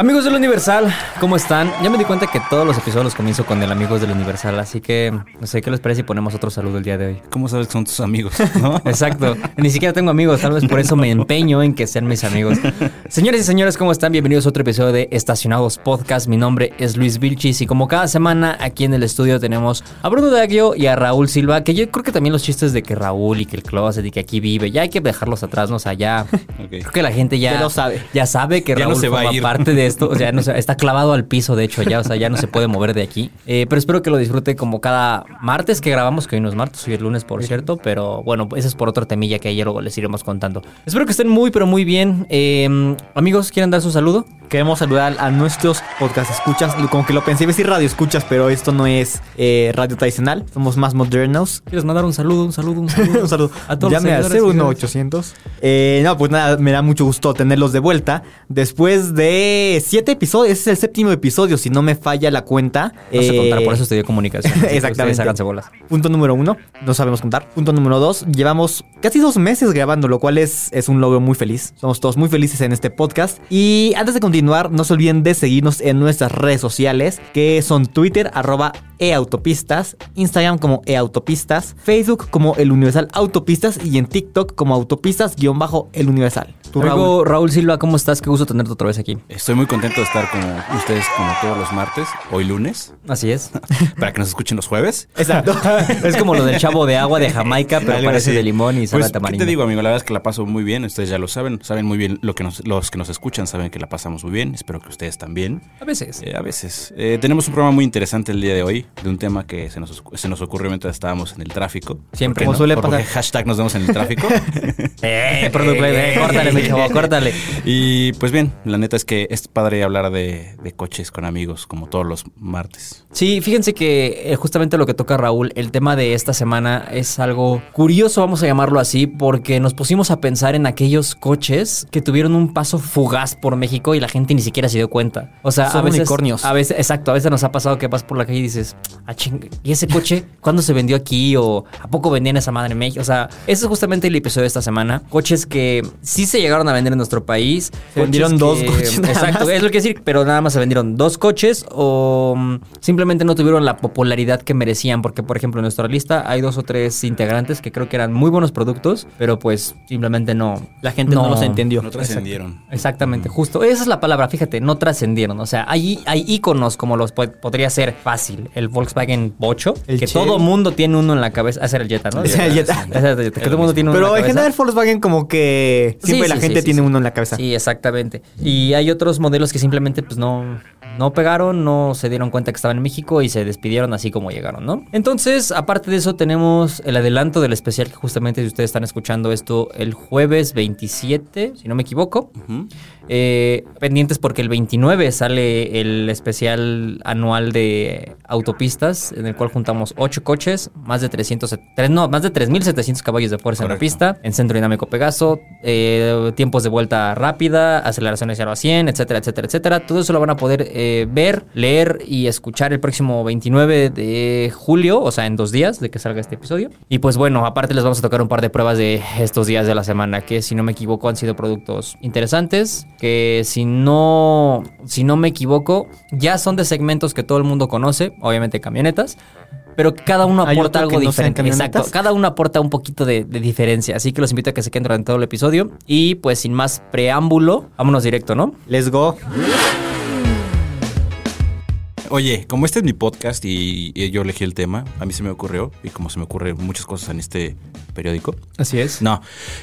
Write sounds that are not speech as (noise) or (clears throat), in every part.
Amigos del Universal, ¿cómo están? Ya me di cuenta que todos los episodios los comienzo con el Amigos del Universal, así que no sé qué les parece si ponemos otro saludo el día de hoy. ¿Cómo sabes que son tus amigos? ¿no? Exacto, ni siquiera tengo amigos, tal vez por eso me empeño en que sean mis amigos. Señores y señores, ¿cómo están? Bienvenidos a otro episodio de Estacionados Podcast. Mi nombre es Luis Vilchis y como cada semana aquí en el estudio tenemos a Bruno Daggio y a Raúl Silva, que yo creo que también los chistes de que Raúl y que el closet y que aquí vive, ya hay que dejarlos atrás, ¿no? O sea, ya creo que la gente ya, Ya lo sabe. ya sabe que Ya no Raúl se va a forma ir. parte de esto, o sea, no (laughs) se- está clavado al piso, de hecho, ya, o sea, ya no se puede mover de aquí. Eh, pero espero que lo disfrute como cada martes que grabamos, que hoy no es martes, hoy es lunes, por cierto, pero bueno, ese es por otro temilla que ayer luego les iremos contando. Espero que estén muy, pero muy bien. Eh, amigos, ¿quieren dar su saludo? Queremos saludar a nuestros podcast escuchas, como que lo pensé iba a decir radio escuchas, pero esto no es eh, radio tradicional, somos más modernos. (laughs) ¿Quieres mandar un saludo, un saludo, un (laughs) saludo? Un saludo. A todos los Llame al seguidores, seguidores. 01800. Eh, no, pues nada, me da mucho gusto tenerlos de vuelta. Después de siete episodios, ese es el séptimo episodio, si no me falla la cuenta. No sé contar, Eh, por eso estudié (laughs) comunicación. así que ustedes Exactamente. háganse bolas. Punto número uno, no sabemos contar. Punto número dos, llevamos casi dos meses grabando, lo cual es, es un logro muy feliz. Somos todos muy felices en este podcast. Y antes de continuar, no se olviden de seguirnos en nuestras redes sociales, que son Twitter, arroba eautopistas, Instagram como eautopistas, Facebook como el Universal Autopistas y en TikTok como autopistas guión bajo el Universal. Tú, Raúl. Luego, Raúl Silva, ¿cómo estás? Qué gusto tenerte otra vez aquí. Estoy muy contento de estar con ustedes como todos los martes, hoy lunes, Así es. para que nos escuchen los jueves. (laughs) Exacto. Es como lo del chavo de agua de (laughs) Jamaica, pero Algo parece así. de limón y sabe Pues, a tamarindo. ¿Qué te digo, amigo? La verdad es que la paso muy bien, ustedes ya lo saben, saben muy bien lo que nos, los que nos escuchan, saben que la pasamos muy bien, espero que ustedes también. A veces. Eh, a veces. Eh, tenemos un programa muy interesante el día de hoy, de un tema que se nos, se nos ocurrió mientras estábamos en el tráfico. Siempre, ¿Por como qué suele Porque pasar. hashtag nos vemos en el tráfico. (laughs) Eh, product placement, eh, córtale, mi chavo, córtale. Y pues bien, la neta es que es padre hablar de, de coches con amigos, como todos los martes. Sí, fíjense que eh, justamente lo que toca Raúl, el tema de esta semana es algo curioso, vamos a llamarlo así, porque nos pusimos a pensar en aquellos coches que tuvieron un paso fugaz por México y la gente ni siquiera se dio cuenta. O sea, Son a veces, unicornios. A veces, exacto, a veces nos ha pasado que vas por la calle y dices, "Ah, ching, ¿y ese coche (laughs) cuándo se vendió aquí? ¿O a poco vendían esa madre en México? O sea, ese es justamente el episodio de esta semana. Coches que sí se llegaron a vender en nuestro país. Se vendieron que- dos coches nada Exacto, más. es lo que decir, pero nada más se vendieron dos coches o mm, simplemente no tuvieron la popularidad que merecían, porque por ejemplo en nuestra lista hay dos o tres integrantes que creo que eran muy buenos productos, pero pues simplemente no. La gente no los entendió. No trascendieron. Exactamente, justo. Esa es la palabra, fíjate, no trascendieron. O sea, hay, hay íconos como los po- podría ser fácil. El Volkswagen Bocho, El que Chevy. todo mundo tiene uno en la cabeza. Ese era el Jetta, ¿no? Ese era (laughs) el Jetta. Ese era el Jetta, que todo mundo tiene uno en Pero la en cabeza. general Volkswagen como que Sí, siempre la sí, gente sí, tiene sí. uno en la cabeza. Sí, exactamente. Y hay otros modelos que simplemente pues no, no pegaron, no se dieron cuenta que estaban en México y se despidieron así como llegaron, ¿no? Entonces, aparte de eso, tenemos el adelanto del especial que justamente si ustedes están escuchando esto el jueves 27, si no me equivoco. Ujú. Eh, pendientes porque el 29 sale el especial anual de autopistas, en el cual juntamos 8 coches, más de 300, set- tres- no, más de 3.700 caballos de fuerza en la Correcto. pista, en centro dinámico Pegaso, eh, tiempos de vuelta rápida, aceleraciones 0 a 100, etcétera, etcétera, etcétera. Todo eso lo van a poder eh, ver, leer y escuchar el próximo 29 de julio, o sea, en dos días de que salga este episodio. Y pues bueno, aparte les vamos a tocar un par de pruebas de estos días de la semana, que si no me equivoco han sido productos interesantes, que si no, si no me equivoco, ya son de segmentos que todo el mundo conoce, obviamente camionetas. Pero que cada uno ¿Hay aporta otro algo que no sean diferente. Exacto. camionetas? Cada uno aporta un poquito de, de diferencia. Así que los invito a que se queden durante todo el episodio. Y pues sin más preámbulo, vámonos directo, ¿no? Let's go. Oye, como este es mi podcast y, y yo elegí el tema, a mí se me ocurrió, y como se me ocurren muchas cosas en este periódico, Así es. No.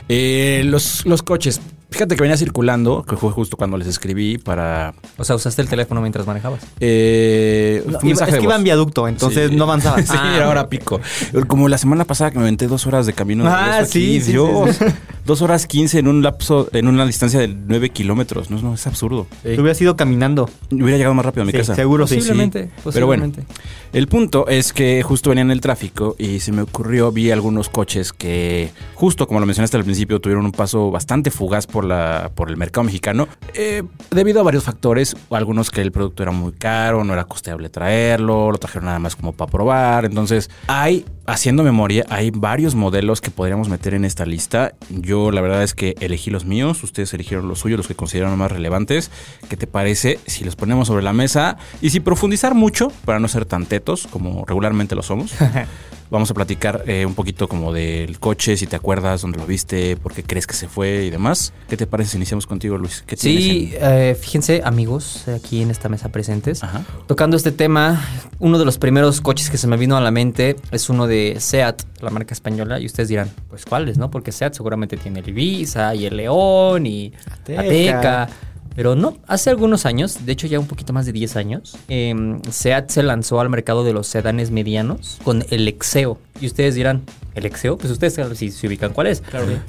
Eh, los, los coches. Fíjate que venía circulando, que fue justo cuando les escribí para. O sea, usaste el teléfono mientras manejabas. eh, fue un Iba- mensaje es de que iba en voz. viaducto, entonces Sí. no (laughs) avanzaba. (laughs) Ah. Sí, era hora pico. Como la semana pasada que me aventé dos horas de camino. de Ah, regreso aquí, sí, sí, Dios. sí, Dos horas quince en un lapso, en una distancia de nueve kilómetros. No, no, es absurdo. Eh, Tú hubieras ido caminando. Hubiera llegado más rápido a mi Sí, casa. seguro sí. Posiblemente, Pero bueno, posiblemente. el punto es que justo venía en el tráfico y se me ocurrió, vi algunos coches que, justo como lo mencionaste al principio, tuvieron un paso bastante fugaz por, la, por el mercado mexicano, eh, debido a varios factores, algunos que el producto era muy caro, no era costeable traerlo, lo trajeron nada más como para probar, entonces hay, haciendo memoria, hay varios modelos que podríamos meter en esta lista. Yo la verdad es que elegí los míos, ustedes eligieron los suyos, los que consideraron más relevantes. ¿Qué te parece si los ponemos sobre la mesa? Y si profundizar mucho, para no ser tan tetos como regularmente lo somos. Vamos a platicar eh, un poquito como del coche, si te acuerdas, dónde lo viste, por qué crees que se fue y demás. ¿Qué te parece si iniciamos contigo, Luis? ¿Qué Sí, tienes en- eh, fíjense, amigos, aquí en esta mesa presentes. Ajá. Tocando este tema, uno de los primeros coches que se me vino a la mente es uno de SEAT, la marca española, y ustedes dirán, pues cuáles, ¿no? Porque SEAT seguramente tiene el Ibiza y el León y Ateca. Ateca. Pero no, hace algunos años, de hecho ya un poquito más de 10 años, em, SEAT se lanzó al mercado de los sedanes medianos con el Exeo. Y ustedes dirán, ¿el Exeo? Pues ustedes si se ubican cuál es.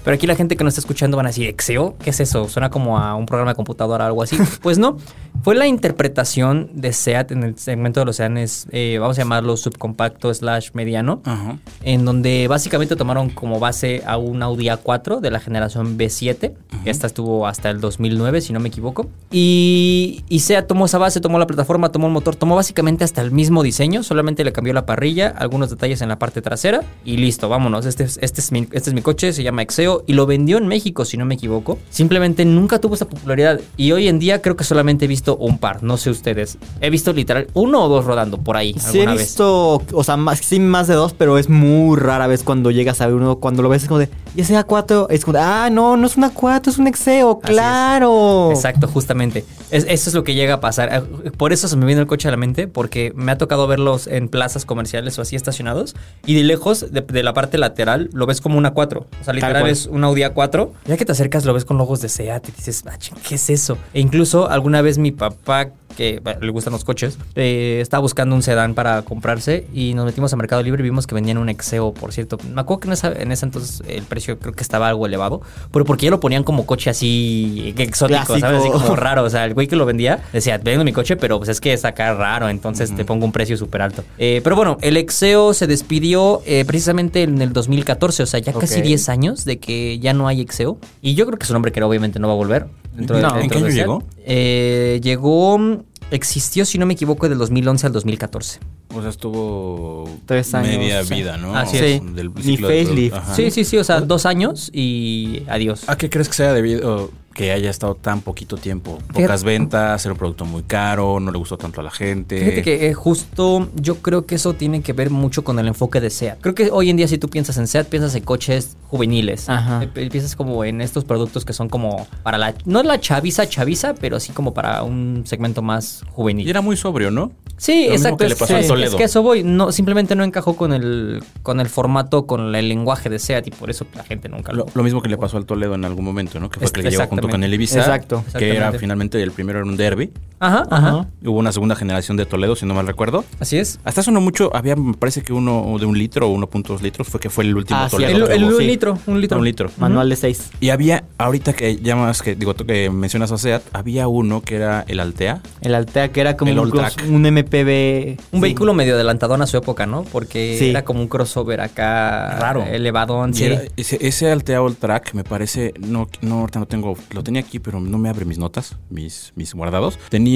Pero aquí la gente que nos está escuchando van a decir, ¿Exeo? ¿Qué es eso? Suena como a un programa de computadora o algo así. Pues no, fue la interpretación de SEAT en el segmento de los sedanes, eh, vamos a llamarlo subcompacto slash mediano Ajá. en donde básicamente tomaron como base a un Audi A4 de la generación B7. Esta estuvo hasta el 2009, si no me equivoco. Y, y SEA tomó esa base, tomó la plataforma, tomó el motor, tomó básicamente hasta el mismo diseño, solamente le cambió la parrilla, algunos detalles en la parte trasera y listo, vámonos. Este es, este es, mi, este es mi coche, se llama Exeo y lo vendió en México, si no me equivoco. Simplemente nunca tuvo esa popularidad y hoy en día creo que solamente he visto un par, no sé ustedes. He visto literal uno o dos rodando por ahí. Sí he alguna vez. visto, o sea, más, sí más de dos, pero es muy rara vez cuando llegas a ver uno, cuando lo ves es como de, y ese A4 es como, de, ah, no, no es un A4, es un Exeo, Así es. claro. Exacto, justamente. Es- eso es lo que llega a pasar. Eh, Por eso se me viene el coche a la mente, porque me ha tocado verlos en plazas comerciales o así estacionados. Y de lejos, de, de la parte lateral, lo ves como una 4. O sea, literal cual. es un Audi A4. Ya que te acercas, lo ves con logos de SEAT y dices, "Ah, ching, ¿qué es eso? E incluso alguna vez mi papá que bueno, le gustan los coches, eh, estaba buscando un sedán para comprarse y nos metimos a Mercado Libre y vimos que vendían un Exeo, por cierto. Me acuerdo que en, esa- en ese entonces el precio creo que estaba algo elevado, pero porque ya lo ponían como coche así exótico, ¿sabes? Así Clásico. como raro. O sea, el güey que lo vendía decía, vendo mi coche, pero pues es que está acá raro, entonces te pongo un precio súper alto. Eh, pero bueno, el Exeo se despidió eh, precisamente en el 2014, o sea, ya casi Ok. 10 años de que ya no hay Exeo. Y yo creo que es un hombre que obviamente no va a volver. Dentro de- No. dentro ¿En qué año de Seat. llegó? Eh, llegó, mm, existió, si no me equivoco, del 2011 al 2014. O sea, estuvo Tres años, media sí. vida, ¿no? Así es. Sí. Del Ni ciclo del facelift. producto. Ajá. Sí, sí, sí, o sea, dos años y adiós. ¿A qué crees que sea debido que haya estado tan poquito tiempo? Pocas ventas, era un producto muy caro, no le gustó tanto a la gente. Fíjate que eh, justo yo creo que eso tiene que ver mucho con el enfoque de SEAT. Creo que hoy en día si tú piensas en SEAT, piensas en coches juveniles. Ajá. Eh, pi- Piensas como en estos productos que son como para la... No la chaviza chaviza, pero sí como para un segmento más juvenil. Y era muy sobrio, ¿no? Sí, Lo mismo exacto. que es- le pasó a sí, Toledo. Es que a eso voy. No, simplemente no encajó con el, con el formato, con el lenguaje de SEAT y por eso la gente nunca Lo, lo... lo mismo que le pasó al Toledo en algún momento, ¿no? Que fue Es- el que le llegó junto exactamente. con el Ibiza. Exacto. Que era Exactamente. finalmente el primero era un derby. Ajá, Ajá. ajá. Hubo una segunda generación de Toledo, si no mal recuerdo. Así es. Hasta hace no mucho había, me parece que uno de un litro o 1.2 litros fue que fue el último Ah, sí, Toledo. El, que el- hubo. un sí. litro, un litro. Un litro. Ah. Manual de 6. Y había, ahorita que llamas, que digo, tú que mencionas a SEAT, había uno que era el Altea. El Altea que era como El un, Old cross- Track. un MPB. Un sí. vehículo medio adelantadón a su época, ¿no? Porque Sí. era como un crossover acá. Raro. Elevadón, Y sí. era- ese, ese Altea Old Track me parece, no, no, ahorita no tengo, lo tenía aquí, pero no me abre mis notas, mis, mis guardados. Tenía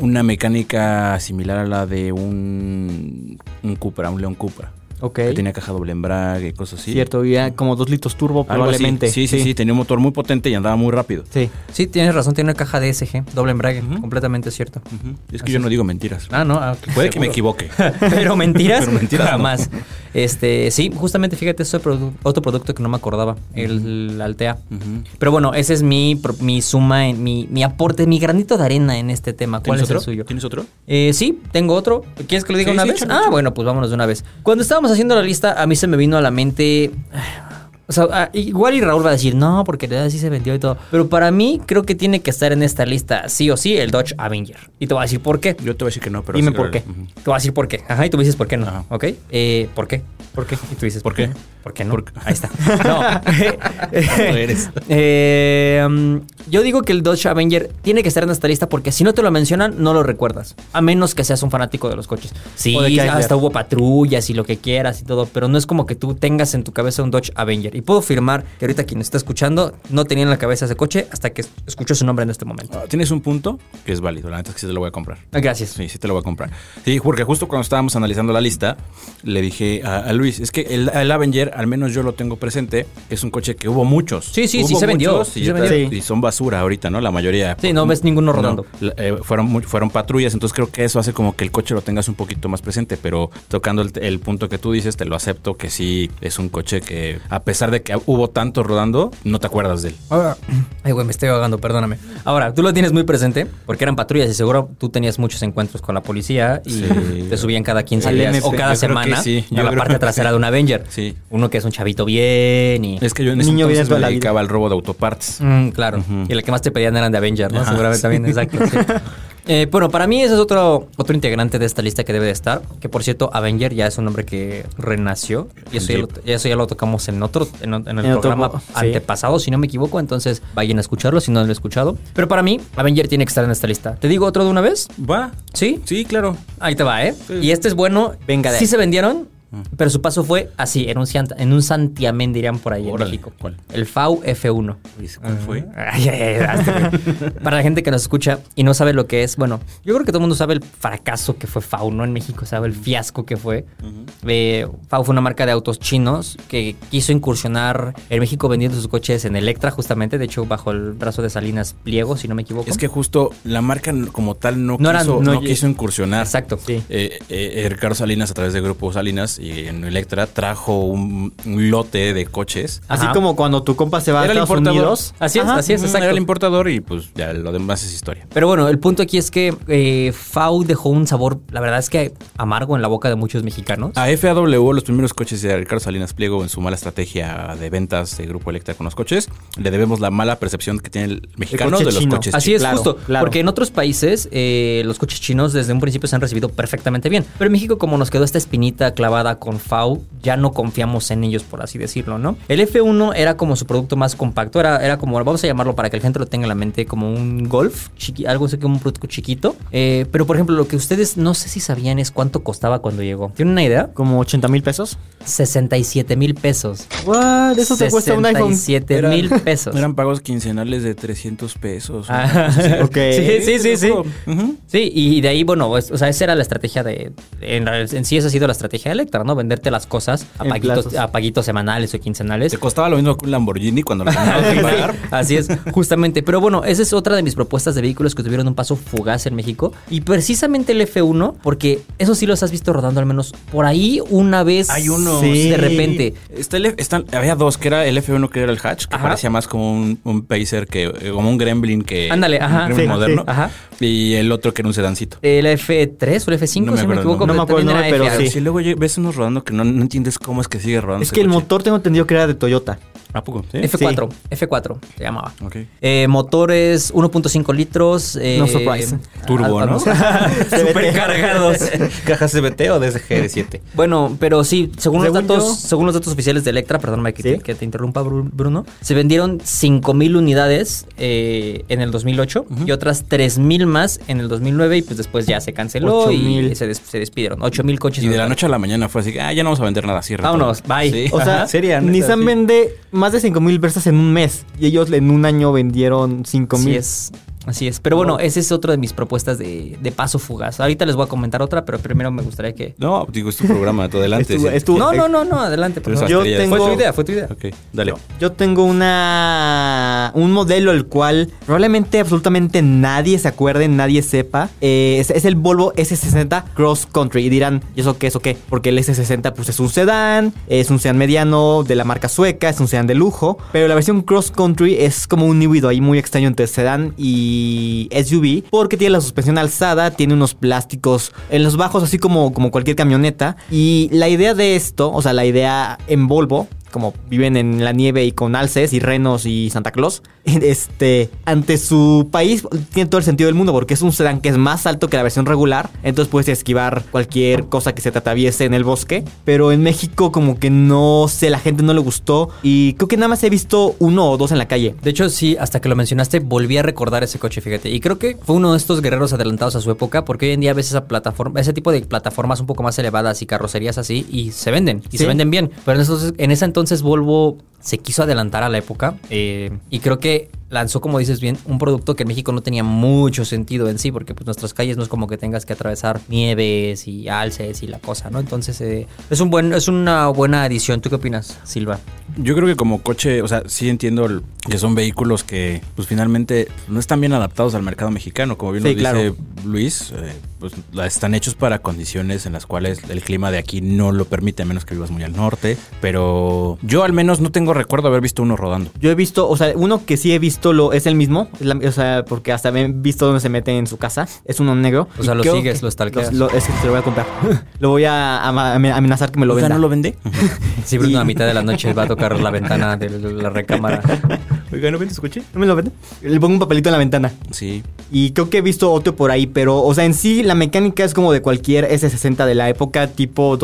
una mecánica similar a la de un, un Cupra, un León Cupra. Ok. Que tenía caja doble embrague y cosas así. Cierto, y era como dos litros turbo Algo así. probablemente. Sí, sí, sí, tenía un motor muy potente y andaba muy rápido. Sí. Sí, tienes razón, tiene una caja DSG, doble embrague, completamente cierto. Ujú. Es que yo no digo mentiras. Ah, no, (laughs) ah, Puede que me seguro. equivoque. Pero mentiras, (laughs) Pero mentiras, no. jamás. Este, sí, justamente fíjate, eso es produ- otro producto que no me acordaba, el Altea. Ujú. Pero bueno, ese es mi, pro- mi suma, en- mi, mi aporte, mi granito de arena en este tema. ¿Cuál ¿Tienes es otro? el suyo? ¿Tienes otro? Eh, sí, tengo otro. ¿Quieres que lo diga Sí, una sí, vez? échale, ah, échale. bueno, pues vámonos de una vez. Cuando estábamos haciendo la lista, a mí se me vino a la mente. (sighs) O sea, ah, igual y Raúl va a decir, no, porque la verdad sí se vendió y todo. Pero para mí, creo que tiene que estar en esta lista, sí o sí, el Dodge Avenger. Y te voy a decir por qué. Yo te voy a decir que no, pero... Dime sí, por qué. órale. Ujú. Te voy a decir por qué. Ajá, y tú me dices por qué no. Ajá. ¿Ok? Eh, ¿Por qué? ¿Por qué? Y tú dices ¿Por qué? ¿Por qué no? ¿Por qué? Ahí (laughs) está. No. (laughs) eres. Eh, mm, yo digo que el Dodge Avenger tiene que estar en esta lista porque si no te lo mencionan, no lo recuerdas. A menos que seas un fanático de los coches. Sí, O de Chrysler. hasta hubo patrullas y lo que quieras y todo, pero no es como que tú tengas en tu cabeza un Dodge Avenger. Y puedo firmar que ahorita quien está escuchando no tenía en la cabeza ese coche hasta que escuchó su nombre en este momento. Ah, Tienes un punto que es válido. La neta es que sí te lo voy a comprar. Ah, Gracias. Sí, sí te lo voy a comprar. Sí, porque justo cuando estábamos analizando la lista, le dije a, a Luis, es que el, el Avenger, al menos yo lo tengo presente, es un coche que hubo muchos. Sí, sí, Hubo sí se vendió, muchos sí Y, se ahorita- vendió. Sí. y son basura ahorita, ¿no? La mayoría. Sí, no ves ninguno No, rodando. la- eh, fueron, mu- fueron patrullas, entonces creo que eso hace como que el coche lo tengas un poquito más presente, pero tocando el, el punto que tú dices, te lo acepto que sí es un coche que, a pesar de que hubo tantos rodando, no te acuerdas de él. Ahora- (clears throat) Ay, güey, me estoy ahogando, perdóname. Ahora, tú lo tienes muy presente porque eran patrullas y seguro tú tenías muchos encuentros con la policía y Sí. te subían cada 15 Al días MP, o cada yo creo que semana sí, a yo la creo parte que trasera sí. de un Avenger. Sí. Uno que es un chavito bien y... Es que yo en ese Niño viene entonces toda me la vida. dedicaba al robo de autopartes. Mm, claro. Y la que más te pedían eran de Avenger, ¿no? Ajá, Seguramente sí. (laughs) también, exacto. sí. Eh, bueno, para mí ese es otro, otro integrante de esta lista que debe de estar. Que por cierto, Avenger ya es un nombre que renació. Y eso, ya lo, Jeep. y eso ya lo tocamos en otro, en, o- en el En otro programa po- sí. antepasado, si no me equivoco. Entonces vayan a escucharlo si no lo han escuchado. Pero para mí, Avenger tiene que estar en esta lista. ¿Te digo otro de una vez? Va. ¿Sí? Sí, claro. Ahí te va, ¿eh? Sí. Y este es bueno. Venga de Sí ahí. se vendieron, pero su paso fue así, en un, Siant- en un santiamén dirían por ahí Órale, en México. ¿cuál? El FAU F1. ¿Cuál fue? (laughs) Ay, ay, ay, hazte, güey. Para la gente que nos escucha y no sabe lo que es, bueno, yo creo que todo el mundo sabe el fracaso que fue FAU, ¿no? En México, sabe el fiasco que fue. Eh, FAU fue una marca de autos chinos que quiso incursionar en México vendiendo sus coches en Electra, justamente, de hecho, bajo el brazo de Salinas Pliego, si no me equivoco. Es que justo la marca como tal no, No era- quiso, no- no quiso incursionar. Exacto. Eh, eh, Ricardo Salinas a través de Grupo Salinas y en Electra trajo un, un lote de coches. Así Ajá. como cuando tu compa se va a Era el Estados importador. Unidos. Así es, Ajá. Ah, así es, Mm, exacto. Era el importador y pues ya lo demás es historia. Pero bueno, el punto aquí es que eh, FAU dejó un sabor, la verdad es que amargo en la boca de muchos mexicanos. A FAW, los primeros coches de Ricardo Salinas Pliego en su mala estrategia de ventas de Grupo Electra con los coches, le debemos la mala percepción que tiene el mexicano coche de los chino. coches. Así chinos. es, Claro, justo. claro. Porque en otros países eh, los coches chinos desde un principio se han recibido perfectamente bien. Pero en México, como nos quedó esta espinita clavada con FAU, ya no confiamos en ellos, por así decirlo, ¿no? El F1 era como su producto más compacto. Era, era como, vamos a llamarlo para que la gente lo tenga en la mente, como un Golf, chiqui- algo así como un producto chiquito. Eh, pero, por ejemplo, lo que ustedes no sé si sabían es cuánto costaba cuando llegó. ¿Tienen una idea? Como 80 mil pesos. 67 mil pesos. What? Eso te cuesta un iPhone. 67 mil (laughs) Eran- pesos. Eran pagos quincenales de 300 pesos. Ah, (laughs) Ok. Sí, sí, sí, sí. Ujú. Sí, y de ahí, bueno, es- o sea, esa era la estrategia de. En, la- en sí, esa ha sido la estrategia de Electra, ¿no? Venderte las cosas a En paguitos, plazos. a paguitos semanales o quincenales. Te costaba lo mismo que un (laughs) Lamborghini cuando lo tenías que pagar. Así es, justamente. Pero bueno, esa es otra de mis propuestas de vehículos que tuvieron un paso fugaz en México. Y precisamente el F1, porque eso sí los has visto rodando al menos por ahí una vez. Hay uno, De sí. repente. Está el F- están- había dos, que era el F1 que era el hatch, que Este, Ajá. parecía más como un, un pacer que, eh, como un gremlin que. Ándale, un ajá. gremlin Sí, moderno. sí. Ajá. Y el otro que era un sedancito. El F3 o el F5, No me si no me acuerdo el equivoco. nombre. No me acuerdo también el era nombre, pero F1. sí. Si luego lle- ves unos rodando que no, no entiendes cómo es que sigue rodando. Es ese que el coche. motor tengo entendido que era de (laughs) Toyota. ¿A poco? ¿Sí? F4, F4 se llamaba. Ok. Eh, motores 1.5 litros. eh, No surprise. Turbo, a- a- (laughs) ¿no? (laughs) Supercargados. Caja CBT o DSG7. Bueno, pero sí, según, Según los datos, yo- según los datos oficiales de Electra, perdóname que, ¿Sí? te, que te interrumpa, Bru- Bruno, se vendieron 5.000 unidades eh, en el 2008 y otras 3.000 más en el 2009 y pues después ya se canceló y 8,000. se, des- se despidieron. 8.000 coches. Y de la en noche a la mañana fue así, que, ah, ya no vamos a vender nada, cierra. Vámonos, todo". bye. Sí, O sea, ajá, sería, neta, Nissan sí. vende más de 5 mil versas en un mes y ellos en un año vendieron 5 Así mil. es. Así es. Pero bueno, esa es otra de mis propuestas de, de paso fugaz. Ahorita les voy a comentar otra, pero primero me gustaría que. No, digo, es tu programa, tú adelante. Es tu- sí. es tu- Tú, no, eh, no, no, no, adelante. por Tú favor. eres yo estrella de tengo- Fue este tu idea, fue tu idea. Ok, dale. Yo tengo una un modelo el cual probablemente absolutamente nadie se acuerde, nadie sepa. Eh, es, es el Volvo S60 Cross Country. Y dirán, ¿y eso qué? ¿Eso qué? Porque el S60 pues, es un sedán, es un sedán mediano de la marca sueca, es un sedán de lujo. Pero la versión Cross Country es como un híbrido ahí muy extraño entre sedán y SUV. Porque tiene la suspensión alzada, tiene unos plásticos en los bajos, así como, como cualquier camioneta. Y la idea de esto, o sea, la idea en Volvo como viven en la nieve y con alces y renos y Santa Claus, (laughs) este, ante su país tiene todo el sentido del mundo porque es un sedán que es más alto que la versión regular, entonces puedes esquivar cualquier cosa que se te atraviese en el bosque, pero en México como que no sé, la gente no le gustó y creo que nada más he visto uno o dos en la calle. De hecho, sí, hasta que lo mencionaste, volví a recordar ese coche, fíjate. Y creo que fue uno de estos guerreros adelantados a su época, porque hoy en día ves esa plataforma, ese tipo de plataformas un poco más elevadas y carrocerías así, y se venden, y Sí. se venden bien. Pero en, esos- en ese entonces Volvo se quiso adelantar a la época eh, y creo que lanzó, como dices bien, un producto que en México no tenía mucho sentido en sí, porque pues nuestras calles no es como que tengas que atravesar nieves y alces y la cosa, ¿no? Entonces eh, es un buen, es una buena adición. ¿Tú qué opinas, Silva? Yo creo que como coche, o sea, sí entiendo el- que son vehículos que, pues finalmente, no están bien adaptados al mercado mexicano. Como bien Sí, lo dice claro. Luis, eh, pues la- están hechos para condiciones en las cuales el clima de aquí no lo permite, a menos que vivas muy al norte. Pero yo al menos no tengo recuerdo haber visto uno rodando. Yo he visto, o sea, uno que sí he visto lo, es el mismo, es la- o sea, porque hasta he visto donde se mete en su casa, es uno negro. O sea, Y lo creo sigues, que- lo stalkeas. lo- ese te lo voy a comprar. (laughs) lo voy a ama- amenazar que me lo ¿O sea, venda. no lo vende? Sí, Bruno, a mitad de la noche va a tocar la ventana de la (laughs) recámara. Oiga, ¿no vende su coche? ¿No me lo vende? Le pongo un papelito en la ventana. sí. Y creo que he visto otro por ahí, pero, o sea, en sí la mecánica es como de cualquier S60 de la época, tipo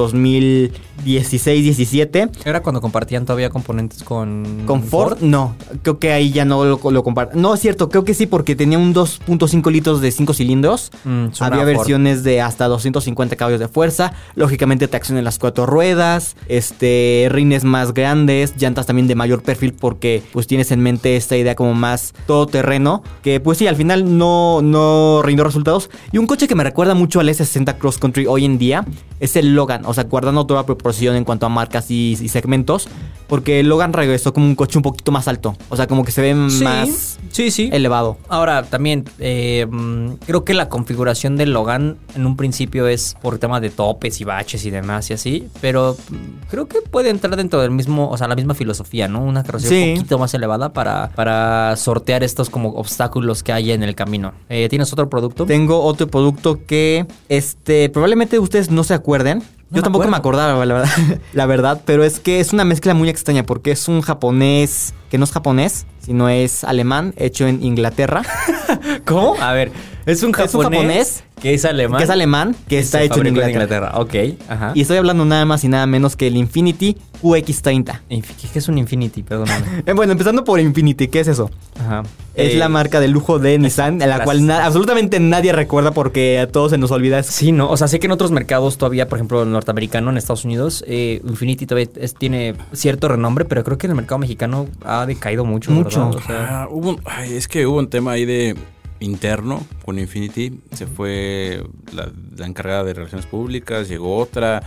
2016, 17. Era cuando compartían todavía componentes con, Con Ford, no, creo que ahí ya no lo, lo comparten. No, es cierto, creo que sí, porque tenía un 2.5 litros de 5 cilindros. Mm, suena Había a Ford. versiones de hasta 250 caballos de fuerza. Lógicamente, tracción en las cuatro ruedas, este, rines más grandes, llantas también de mayor perfil, porque pues tienes en mente esta idea como más todoterreno. Que pues sí, al final no, no rindió resultados. Y un coche que me recuerda mucho al S60 Cross Country hoy en día es el Logan, o sea, guardando toda proporción en cuanto a marcas y, y segmentos, porque el Logan regresó como un coche un poquito más alto, o sea, como que se ve Sí, más sí, sí. elevado. Ahora, también, eh, mm, creo que la configuración del Logan en un principio es por tema de topes y baches y demás y así, pero mm, creo que puede entrar dentro del mismo, o sea, la misma filosofía, ¿no? Una carrocería Sí. un poquito más elevada para, para sortear estos como obstáculos que hay en el camino. Eh, ¿Tienes otro producto? Tengo otro producto que, este, probablemente ustedes no se acuerden. No Yo me tampoco acuerdo. me acordaba, la verdad, (laughs) la verdad, pero es que es una mezcla muy extraña porque es un japonés que no es japonés, sino es alemán, hecho en Inglaterra, ¿Cómo? A ver, es un Es japonés, un japonés que es alemán. que es alemán, que y está se hecho en fabricó Inglaterra. Ok, ajá. Y estoy hablando nada más y nada menos que el Infinity QX30. Infi- ¿Qué es un Infinity? (laughs) Perdóname. Eh, bueno, empezando por Infinity, ¿qué es eso? Ajá. Es Eh, la marca de lujo de Nissan, a la las- cual na- absolutamente nadie recuerda porque a todos se nos olvida. Es- Sí, no, o sea, sé que en otros mercados todavía, por ejemplo, el norteamericano, en Estados Unidos, eh, Infinity todavía es- tiene cierto renombre, pero creo que en el mercado mexicano ha decaído mucho. Mucho. ¿verdad? O sea, Ah, hubo un- ay, es que hubo un tema ahí de interno con Infinity. Se fue la, la encargada de relaciones públicas, llegó otra.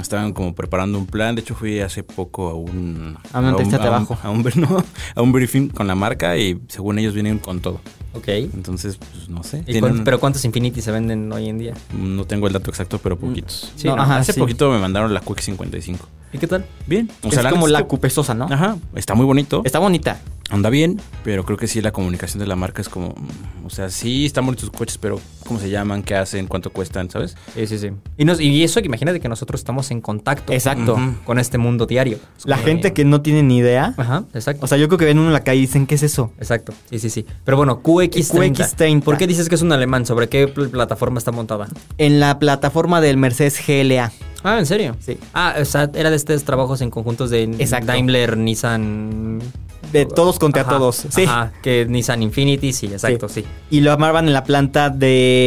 Estaban como preparando un plan. De hecho, fui hace poco a un. A una entrevista de a un- trabajo. a un, (laughs) no, a un briefing con la marca y según ellos vienen con todo. ok. Entonces, pues no sé. ¿Y Tienen- cuán- pero ¿cuántos Infinity se venden hoy en día? no tengo el dato exacto, pero poquitos. Sí, No, ¿no? ajá, hace Mm, sí. poquito me mandaron la Quick 55. ¿Y qué tal? Bien. O es como neta la es que- cupesosa, ¿no? Ajá. Está muy bonito. Está bonita. anda bien, pero creo que sí la comunicación de la marca es como, mm, o sea, sí están bonitos sus coches, pero ¿cómo se llaman? ¿Qué hacen? ¿Cuánto cuestan? ¿Sabes? Sí, sí, sí. Y, nos- y eso, que imagínate que nosotros estamos en contacto Exacto. Ujú. con este mundo diario. La Eh, gente que no tiene ni idea. Ajá, exacto. O sea, yo creo que ven uno en la calle y dicen, ¿qué es eso? Exacto, sí, sí, sí. Pero bueno, QX30. QX30. ¿Por qué dices que es un alemán? ¿Sobre qué pl- plataforma está montada? En la plataforma del Mercedes GLA. Ah, ¿en serio? Sí. Ah, o sea, era de estos trabajos en conjuntos de Exacto. Daimler, Nissan. De todos contra Ajá, todos. Sí. Ajá, que Nissan Infinity, sí, exacto, sí. Y lo armaban en la planta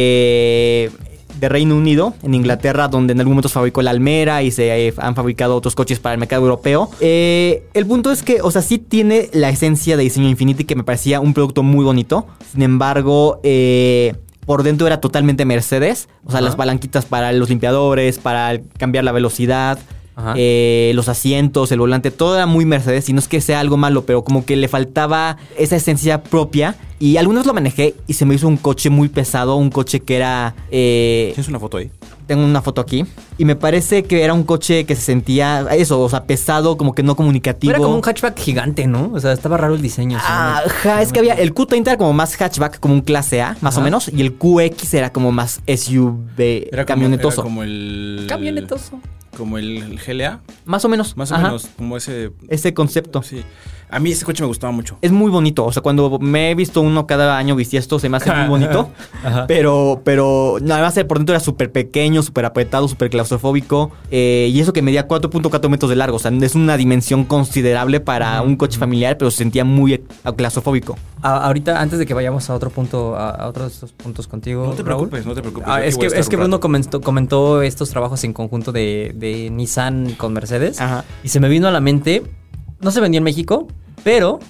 de, de Reino Unido, en Inglaterra, donde en algún momento se fabricó la Almera y se eh, han fabricado otros coches para el mercado europeo. Eh, el punto es que, o sea, sí tiene la esencia de diseño Infinity que me parecía un producto muy bonito. Sin embargo, eh, por dentro era totalmente Mercedes. O sea, Ajá. las palanquitas para los limpiadores, para cambiar la velocidad. Ajá. eh, los asientos, el volante, todo era muy Mercedes. Y no es que sea algo malo, pero como que le faltaba esa esencia propia. Y algunos lo manejé y se me hizo un coche muy pesado, un coche que era... eh, ¿Tienes una foto ahí? tengo una foto aquí. Y me parece que era un coche que se sentía eso, o sea, pesado, como que no comunicativo. Era como un hatchback gigante, ¿no? O sea, estaba raro el diseño. sí, ¿no? Ajá, es que había el Q30 era como más hatchback, como un clase A, más o Ajá. menos, y el QX era como más SUV, camionetoso. Como, el. Camionetoso. Como el GLA, Más o menos. más o ajá, menos, como ese. Ese concepto. Sí. A mí ese coche me gustaba mucho. Es muy bonito, o sea, cuando me he visto uno cada año bisiesto se me hace (laughs) muy bonito, pero, pero no, además eh, por dentro era súper pequeño, súper apretado, súper claustrofóbico, eh, y eso que medía 4.4 metros de largo, o sea, es una dimensión considerable para un coche familiar, pero se sentía muy eh, claustrofóbico. A- ahorita, antes de que vayamos a otro punto, a, a otros dos puntos contigo. No te Raúl. preocupes, no te preocupes. Ah, yo aquí es voy que, a este estar es que un Bruno rato. comentó, comentó estos trabajos en conjunto de, de Nissan con Mercedes. Ajá. Y se me vino a la mente no se vendió en México, pero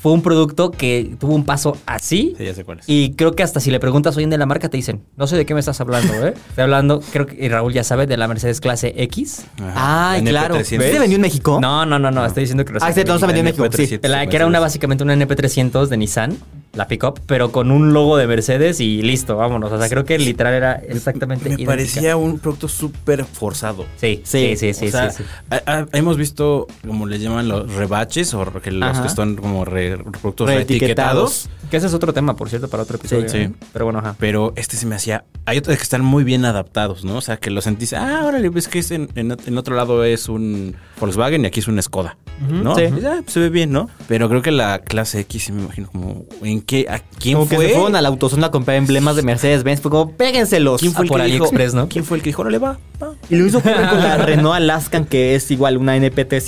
fue un producto que tuvo un paso así. Sí, ya sé cuál es. Y creo que hasta si le preguntas hoy en de la marca te dicen, no sé de qué me estás hablando, ¿eh? (laughs) Estoy hablando, creo que y Raúl ya sabe, de la Mercedes clase X. Ajá. Ay, NP300. claro. ¿Se vendió en México? No, no, no, no, estoy diciendo que lo Ah. Ah, sí, no se vendió en México, sí. NP300. La que era una básicamente una NP300 de Nissan, la pickup, pero con un logo de Mercedes y listo, vámonos. O sea, creo que literal era exactamente Me idéntica. parecía un producto súper forzado. Sí, Sí, sí, sí, sí, o sea, sí, sí. a- a- hemos visto, como le llaman los rebaches, o que los Ajá. que están como re- productos Reetiquetados. reetiquetados. Que ese es otro tema, por cierto, para otro episodio. sí. ¿no? Pero bueno, ajá. Pero este se me hacía. Hay otros que están muy bien adaptados, ¿no? O sea, que lo sentís. Ah, órale, ves que es en, en- en otro lado es un Volkswagen y aquí es un Skoda, ¿no? sí. Y, ah, pues, se ve bien, ¿no? Pero creo que la clase X, sí me imagino, como. ¿En qué? ¿A quién Como que fue? se fueron a la autozona a comprar emblemas de Mercedes-Benz. Fue como, péguenselos. Ah, ¿Quién fue el por que dijo- AliExpress, ¿no? ¿Quién fue el que dijo, órale, va? va? (laughs) Y lo hizo ocurre con la Renault Alaskan, que es igual una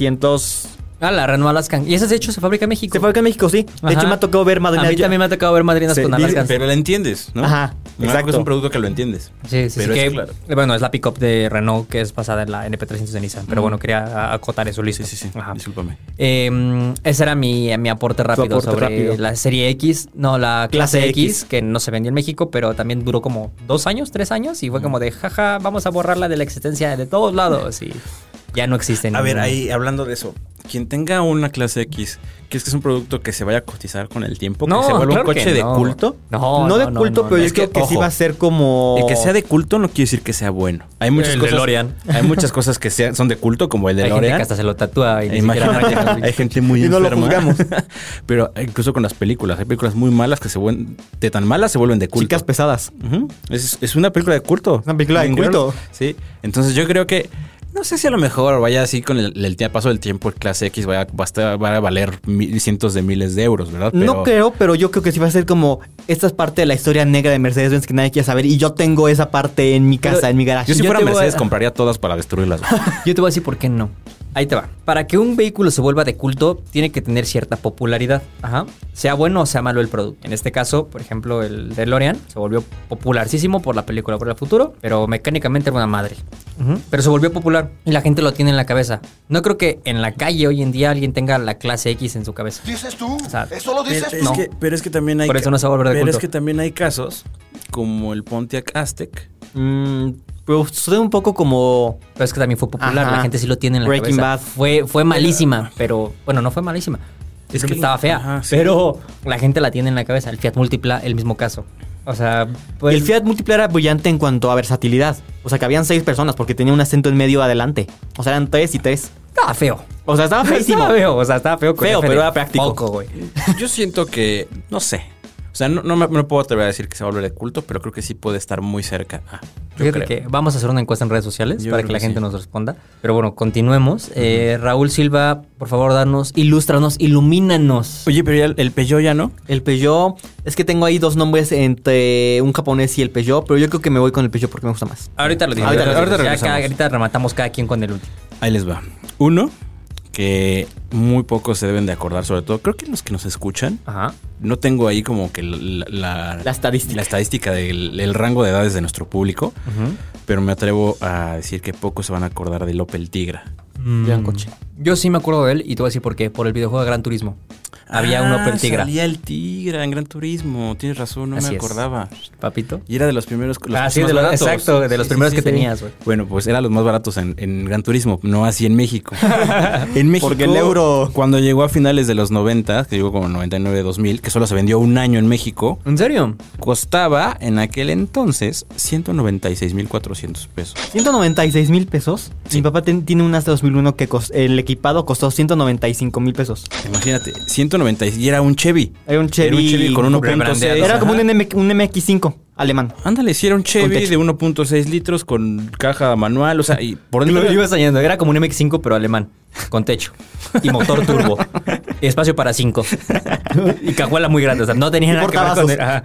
NP300. Ah, la Renault Alaskan. Y esas, de hecho, se fabrica en México. Se fue acá en México, sí. De Ajá. hecho, me ha tocado ver A madrinas. mí también me ha tocado ver madrinas Sí, con dice- Alaskan. Pero la entiendes, ¿no? Ajá, No, exacto. Es un producto que lo entiendes. Sí, sí, Pero sí. es que- claro. Bueno, es la pick-up de Renault que es basada en la NP300 de Nissan. Pero bueno, quería a- acotar eso, listo. Sí, sí, sí. Ajá. Discúlpame. Eh, ese era mi, mi aporte rápido aporte sobre rápido. la serie X. No, la clase, Clase X, X. que no se vendió en México, pero también duró como dos años, tres años. Y fue como de, jaja, vamos a borrarla de la existencia de todos lados. Y ya no existe. A ver, ninguna. ahí hablando de eso, quien tenga una clase X, ¿crees que es un producto que se vaya a cotizar con el tiempo? No, que se vuelva claro un coche que de no. culto. No, no de no, no, culto, no, pero no. yo Es creo que, que, sí ojo, va a ser como. El que sea de culto no quiere decir que sea bueno. Hay muchas El cosas. DeLorean. Hay muchas cosas que sean- son de culto, como el Hay gente que DeLorean. hasta se lo tatúa y ni siquiera (laughs) Imagínate, marca. hay gente muy Y no lo enferma. juzgamos. (laughs) Pero incluso con las películas, hay películas muy malas que se vuelven, de tan malas se vuelven de culto. Chicas pesadas. Ujú. es, es una película de culto. Una película de Mean Girls. culto. Sí. Entonces yo creo que. No sé si a lo mejor vaya así con el, el tie- paso del tiempo, el clase X vaya, va, a estar- va a valer mil- cientos de miles de euros, ¿verdad? No creo, pero yo creo que sí va a ser como. Esta es parte de la historia negra de Mercedes-Benz que nadie quiere saber. Y yo tengo esa parte en mi casa, Pero en mi garaje. Yo si Yo fuera te voy a- Mercedes compraría todas para (laughs) destruirlas. güey. Yo te voy a decir por qué no. Ahí te va. Para que un vehículo se vuelva de culto, tiene que tener cierta popularidad. Ajá. Sea bueno o sea malo el producto. En este caso, por ejemplo, el DeLorean se volvió popularísimo por la película Por el Futuro, pero mecánicamente era una madre. Ujú. Pero se volvió popular y la gente lo tiene en la cabeza. No creo que en la calle hoy en día alguien tenga la clase X en su cabeza. Dices tú, O sea, eso lo (laughs) dices Pero tú. es No. que, pero es que también hay Por eso no se va a volver de pero culto. es que también hay casos como el Pontiac Aztec. Mm, pero suena un poco como. Pero es que también fue popular, Ajá. la gente sí lo tiene en la Breaking cabeza. Bad. Fue, fue malísima, pero bueno, no fue malísima. Es que Sí, estaba fea, ajá, sí. pero la gente la tiene en la cabeza. El Fiat Múltipla, el mismo caso. O sea, pues, el Fiat Multiple era brillante en cuanto a versatilidad. O sea, que habían seis personas porque tenía un acento en medio adelante. O sea, eran tres y tres. estaba feo. O sea, Ah, (laughs) estaba feísimo. Estaba feo, o sea, estaba feo. con Feo, F de pero era práctico. Poco, güey. (laughs) Yo siento que, no sé. O sea, no, no me, no puedo atrever a decir que se va a volver de culto, pero creo que sí puede estar muy cerca. Ah, yo Fíjate creo. que vamos a hacer una encuesta en redes sociales Yo para creo que la que gente sí. nos responda. Pero bueno, continuemos. Eh, Raúl Silva, por favor, danos, ilústranos, ilumínanos. Oye, pero ya el, el Peugeot ya no. El Peugeot, es que tengo ahí dos nombres entre un japonés y el Peugeot, pero yo creo que me voy con el Peugeot porque me gusta más. Ahorita lo digo. Ahorita- lo digo. ahorita Ya regresamos. cada- ahorita rematamos cada quien con el último. Ahí les va. Uno, que muy pocos se deben de acordar, sobre todo, creo que los que nos escuchan, Ajá. no tengo ahí como que la, la- La estadística. la estadística del el rango de edades de (laughs) nuestro público, Ujú. pero me atrevo a decir que pocos se van a acordar del Opel Tigra. Gran coche. Yo sí me acuerdo de él y te voy a decir por qué. Por el videojuego de Gran Turismo. Había un Ah, Opel Tigra. Salía el Tigra en Gran Turismo, tienes razón, no Así me es. acordaba. Papito. Y era de los primeros. los Ah, sí, más de los- baratos. exacto, de los primeros que tenías, güey. Bueno, pues eran los más baratos en, en Gran Turismo, no así en México. (laughs) en México. Porque el euro- Cuando llegó a finales de los 90, que llegó como 99, 2000, que solo se vendió un año en México, ¿En serio? costaba en aquel entonces 196,400 pesos. 196 mil pesos. Sí. Mi papá ten- tiene un Astra 2001 que cos- el equipado costó 195 mil pesos. Imagínate, 190 y era un Chevy. Era un Chevy, Era un Chevy con rebrandeado. 1.6. Era como un, Ajá. NM un MX5 alemán. Ándale, sí, era un Chevy techo. de 1.6 litros con caja manual, o sea, y por dentro... Lo ibas dañando. Era como un MX5, pero alemán. Con techo. Y motor turbo. y espacio para cinco. y cajuela muy grande. O sea, no tenía Y nada que ver con portavasos. él. Ajá.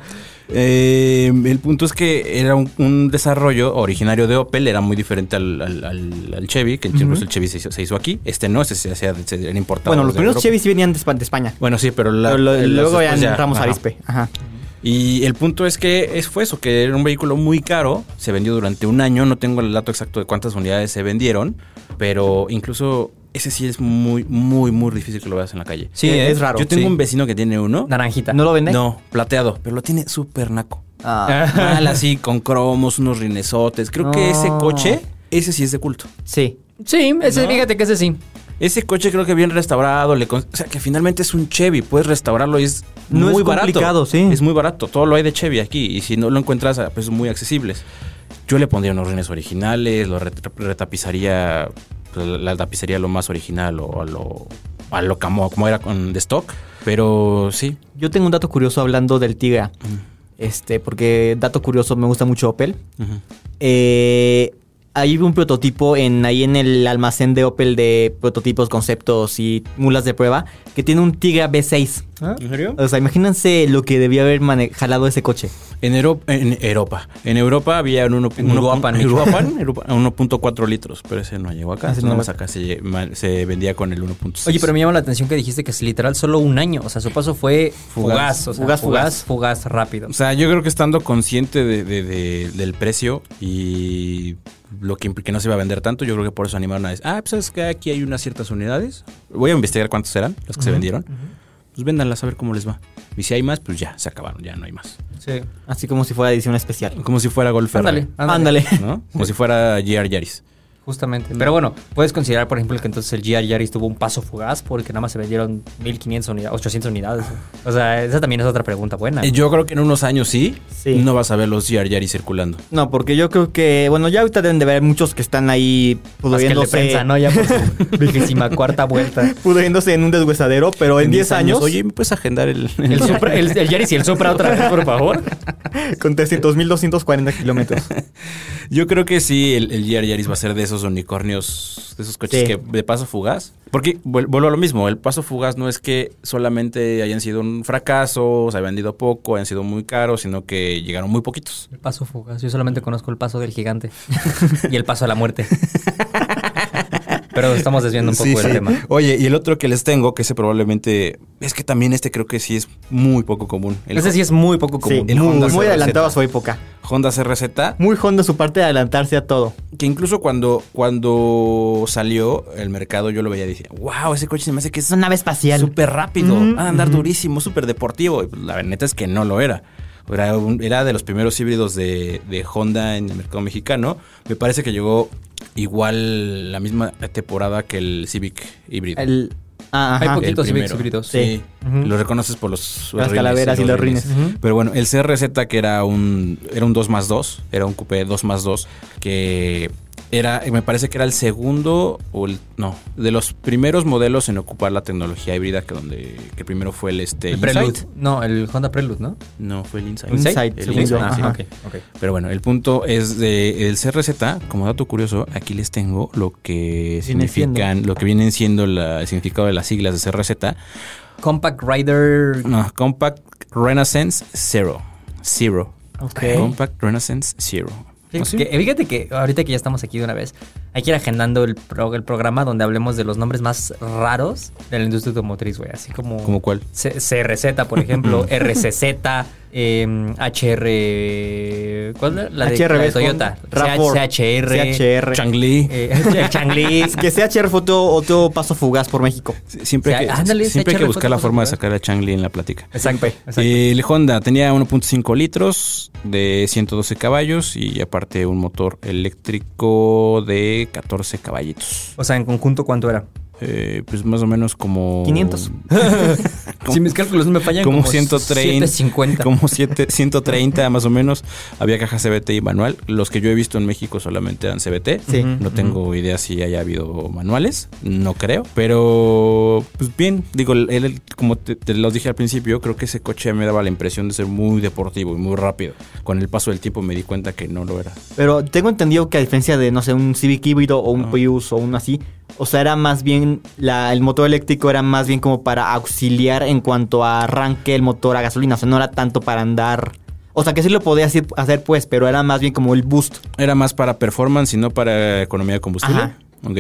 Eh, el punto es que era un, un desarrollo originario de Opel, era muy diferente al, al- al- al Chevy, que incluso el Chevy se hizo, se hizo aquí. Este no, este se hacía se era importado. bueno, los de primeros Europa. Chevy sí venían de Espa- de España. Bueno, sí, pero, la- Pero lo- las luego ya después entramos a ajá. Arispe. Ajá. Y el punto es que es, fue eso, que era un vehículo muy caro, se vendió durante un año, no tengo el dato exacto de cuántas unidades se vendieron, pero incluso ese sí es muy, muy, muy difícil que lo veas en la calle. Sí, es ¿eh? raro. Yo tengo sí. un vecino que tiene uno. Naranjita. ¿No lo vende? No, plateado, pero lo tiene súper (laughs) naco. Ah, Mal así, con cromos, unos rinesotes. Creo que ese No. coche, ese sí es de culto. sí. Sí, ese, ¿No? fíjate que ese sí. Ese coche creo que bien restaurado, le con- o sea, que finalmente es un Chevy, puedes restaurarlo y es No muy es barato. complicado, sí. Es muy barato, todo lo hay de Chevy aquí y si no lo encuentras a precios muy accesibles. Yo le pondría unos rines originales, lo re- retapizaría, pues, la la tapicería lo más original o a lo, a lo como, como era con de stock, pero sí. Yo tengo un dato curioso hablando del Tigra. Mm. Este, porque dato curioso, me gusta mucho Opel. Ujú. Eh, hay un prototipo en, ahí en el almacén de Opel de prototipos, conceptos y mulas de prueba que tiene un Tigra B6. ¿En serio? O sea, imagínense lo que debía haber mane- jalado ese coche. En, Euro- en Europa. En Europa había un uno- En uno- Uruapan. en (laughs) Uruapan, Europa, 1.4 litros, pero ese no llegó acá. Ah, ese Ese no nomás va- acá se, lle- ma- se vendía con el 1.6. Oye, pero me llama la atención que dijiste que es literal solo un año. O sea, su paso fue fugaz. Fugaz. o sea, Fugaz, fugaz. fugaz, fugaz, rápido. O sea, yo creo que estando consciente de- de- de- del precio y lo que implica que no se iba a vender tanto, yo creo que por eso animaron a decir, ah, pues es que aquí hay unas ciertas unidades. Voy a investigar cuántas eran, las que se vendieron. Pues véndanlas a ver cómo les va. Y si hay más, pues ya, se acabaron, ya no hay más. Sí. Así como si fuera edición especial. Como si fuera Golf Ándale, Ferrari, Ándale. (laughs) ¿no? Como si fuera GR Yaris. Justamente. Pero bueno, puedes considerar, por ejemplo, que entonces el GR Yaris tuvo un paso fugaz porque nada más se vendieron 1500 unidades, 800 unidades. O sea, esa también es otra pregunta buena. Eh, Yo creo que en unos años sí, Sí. no vas a ver los GR Yaris circulando. No, porque yo creo que, bueno, ya ahorita deben de ver muchos que están ahí Más que el de pudriéndose, prensa, ¿no? Ya por (laughs) su vigésima cuarta vuelta. pudriéndose en un deshuesadero, pero en 10 años, Oye, ¿me puedes agendar (laughs) el, El, Supra- el- el Yaris y el Supra otra vez, por favor. con (laughs) 300.240 kilómetros. Yo creo que sí, el, el GR Yaris va a ser de esos unicornios, de esos coches Sí. que de paso fugaz. Porque vuel- vuelvo a lo mismo, el paso fugaz no es que solamente hayan sido un fracaso, se hayan vendido poco, hayan sido muy caros, sino que llegaron muy poquitos. El paso fugaz. Yo solamente conozco el paso del (laughs) gigante y el paso a la muerte. Pero estamos desviando un poco Sí, del sí. tema. Oye, y el otro que les tengo, que ese probablemente, es que también este creo que sí es muy poco común. El, Ese sí es muy poco Sí, común. el muy, Honda muy CRZ. adelantado a su época. Honda CRZ, Muy Honda su parte de adelantarse a todo. que incluso cuando, cuando salió el mercado yo lo veía y decía, wow, ese coche se me hace que es Es una nave espacial. Súper rápido, Ujú, a andar ujú. durísimo, súper deportivo. Y, pues, La neta es que no lo era. Era, un- era de los primeros híbridos de, de Honda en el mercado mexicano. Me parece que llegó igual la misma temporada que el Civic híbrido. El- ah, Hay ajá. poquito. poquitos primero. Civics híbridos. Sí. Ujú. Lo reconoces por los Las calaveras y los rines. Ujú. Pero bueno, el CRZ que era un, era un 2 más 2, era un coupé 2 más 2, que era, me parece que era el segundo o el, no, de los primeros modelos en ocupar la tecnología híbrida que donde que primero fue el este El Insight. Prelude. No, el Honda Prelude, ¿no? Ah, No, fue el Insight. Insight, El según Insight, ah, yo. sí, Ajá. ok. Pero bueno, el punto es de el CRZ, como dato curioso, aquí les tengo lo que Viene significan, lo que vienen siendo la- el significado de las siglas de CRZ. Compact Rider. No, Compact Renaissance Zero. Zero. Ok. Compact Renaissance Zero. eh, Fíjate Así. que, fíjate que ahorita que ya estamos aquí de una vez, hay que ir agendando el, pro- el programa donde hablemos de los nombres más raros de la industria automotriz, güey. Así como, ¿Como cuál? C- CRZ, por (laughs) ejemplo, RCZ, eh, HR. ¿Cuál era? La de, HRB, la de Toyota. RAV4, CHR. CHR. Changli. eh, (laughs) Changli. Es que CHR fue otro, otro paso fugaz por México. Siempre o hay sea, que, ándale, siempre hay que échale buscar la fotos, forma de ¿verdad? sacar a Changli en la plática. Eh, Exacto. exacto. El Honda tenía 1.5 litros de 112 caballos y aparte un motor eléctrico de 14 caballitos. O sea, en conjunto, ¿cuánto era? Eh, pues más o menos como... (laughs) 500. Si mis cálculos no me fallan, como, como, 130. 750. (laughs) Como 7 130 más o menos. Había caja CBT y manual. Los que yo he visto en México solamente eran CBT. Sí. No tengo idea si haya habido manuales, no creo, pero pues bien, digo, él, él, como te, te los dije al principio, creo que ese coche me daba la impresión de ser muy deportivo y muy rápido. Con el paso del tiempo me di cuenta que no lo era. Pero tengo entendido que a diferencia de, no sé, un Civic híbrido o un Ah. Prius o uno así, o sea, era más bien, la- el motor eléctrico era más bien como para auxiliar en cuanto a arranque el motor a gasolina, o sea, no era tanto para andar. O sea, que sí lo podía hacer, hacer, pues, pero era más bien como el boost, Era más para performance y no para economía de combustible. Ajá. Ok.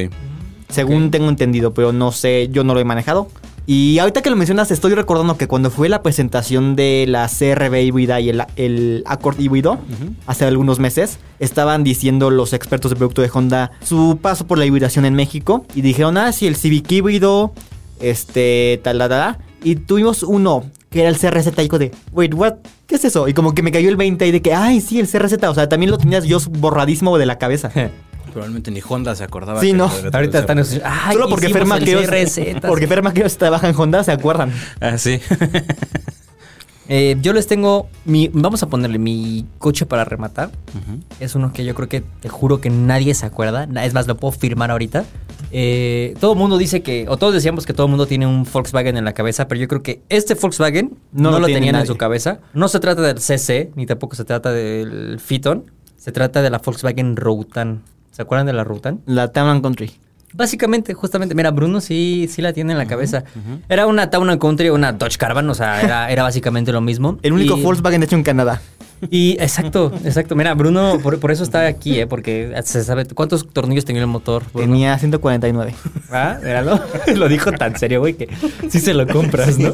según tengo entendido, pero no sé, yo no lo he manejado. Y ahorita que lo mencionas, estoy recordando que cuando fue la presentación de la CRB híbrida y el, el Accord híbrido, hace algunos meses, estaban diciendo los expertos de producto de Honda su paso por la hibridación en México. Y dijeron, ah, sí, el Civic híbrido, este, tal, tal, tal. Y tuvimos uno, que era el CRZ, y dijo de, wait, what? ¿Qué es eso? Y como que me cayó el 20 y de que, ay, sí, el CRZ. O sea, también lo tenías yo borradísimo de la cabeza. Probablemente ni Honda se acordaba. Sí, que no. era- Ahorita están escuchando. Ay, Solo porque hicimos Fer el Maqueos, CRZ. (laughs) porque Fer Maqueos trabaja en Honda, se acuerdan. Ah, sí. Eh, yo les tengo mi. Vamos a ponerle mi coche para rematar. Ujú. Es uno que yo creo que te juro que nadie se acuerda. Na- Es más, lo puedo firmar ahorita. Eh, todo el mundo dice que, o todos decíamos que todo el mundo tiene un Volkswagen en la cabeza, pero yo creo que este Volkswagen No no, lo lo tiene tenían en nadie. su cabeza. No se trata del CC, ni tampoco se trata del Fiton. Se trata de la Volkswagen Routan. ¿Se acuerdan de la Routan? La Town Country. Básicamente, justamente, mira, Bruno sí, sí la tiene en la cabeza. Era una Town and Country, una Dodge Caravan, o sea, era, era básicamente lo mismo. El único Y- Volkswagen hecho en Canadá. Y exacto, exacto. Mira, Bruno, por, por eso está aquí, ¿eh? Porque se sabe cuántos tornillos tenía el motor. Pues Bruno? Tenía 149. Ah, míralo. (laughs) lo dijo tan serio, güey, que sí se lo compras, ¿no?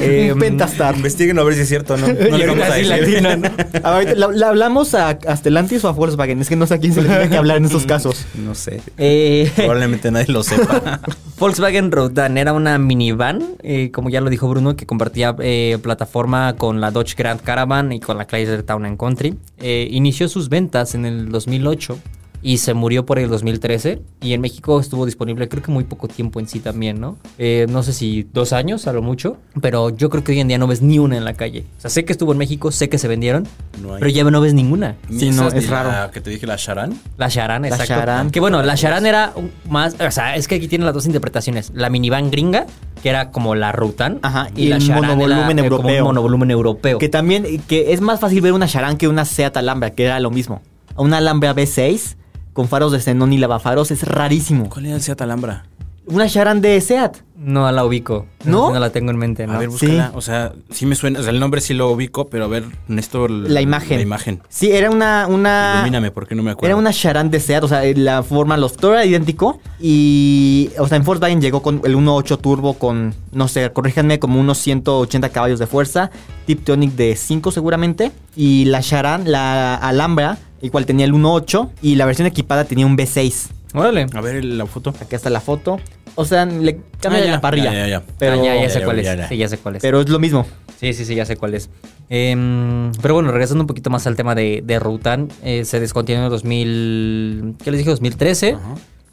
Em, (laughs) un Pentastar. (laughs) Investiguen a ver si es cierto o no. No Y le ahorita vamos a sí decir. latina, (laughs) ¿no? A ver, ¿la, la hablamos a Astellantis o a Volkswagen? Es que no sé a quién se le tiene que hablar en Mm, estos casos. No sé. Eh, Probablemente nadie (laughs) lo sepa. Volkswagen Rodan era una minivan, eh, como ya lo dijo Bruno, que compartía eh, plataforma con la Dodge Grand Caravan y con la Chrysler Town and Country. Eh, inició sus ventas en el 2008 y se murió por el 2013. Y en México estuvo disponible, creo que muy poco tiempo en sí también, ¿no? Eh, no sé si dos años a lo mucho, pero yo creo que hoy en día no ves ni una en la calle. O sea, sé que estuvo en México, sé que se vendieron, No hay. pero ya no ves ninguna. Sí, no, Esas ni es raro. la que te dije la Sharan. La Charan, exacto. Charan. Que bueno, la Charan era un- más. O sea, es que aquí tienen las dos interpretaciones. La minivan gringa, que era como la Rutan. Ajá, Y, y la el Charan era, monovolumen eh, como europeo. un monovolumen europeo. Que también eh, que es más fácil ver una Charan que una Seat Alhambra, que era lo mismo. Una Alhambra B6 con faros de xenón y lavafaros es rarísimo. ¿Cuál era el Seat Alhambra? Una Charan de Seat. No la ubico. ¿No? No la tengo en mente, ¿no? A ver, Sí. búscala. O sea, sí me suena. O sea, el nombre sí lo ubico, pero a ver, Néstor. La imagen. La imagen. Sí, era una... una Ilumíname, porque no me acuerdo. Era una Charan de Seat, o sea, la forma, los todo era idéntico. Y, o sea, en Volkswagen llegó con el 1.8 turbo con, no sé, corríjanme, como unos 180 caballos de fuerza. Tip Tonic de 5 seguramente. Y la Charan, la Alhambra, igual tenía el 1.8. Y la versión equipada tenía un V6. Órale. A ver la foto. Aquí está la foto. O sea, le cambian Ah, ya. la parrilla. Ya, ya, ya. Pero, Ah, ya, ya Ya, sé ya, cuál ya, es. ya. Sí, ya sé cuál es. pero es lo mismo. Sí, sí, sí, ya sé cuál es. Em, pero bueno, regresando un poquito más al tema de, de Rutan, eh, se descontinuó en el 2000, ¿qué les dije? 2013.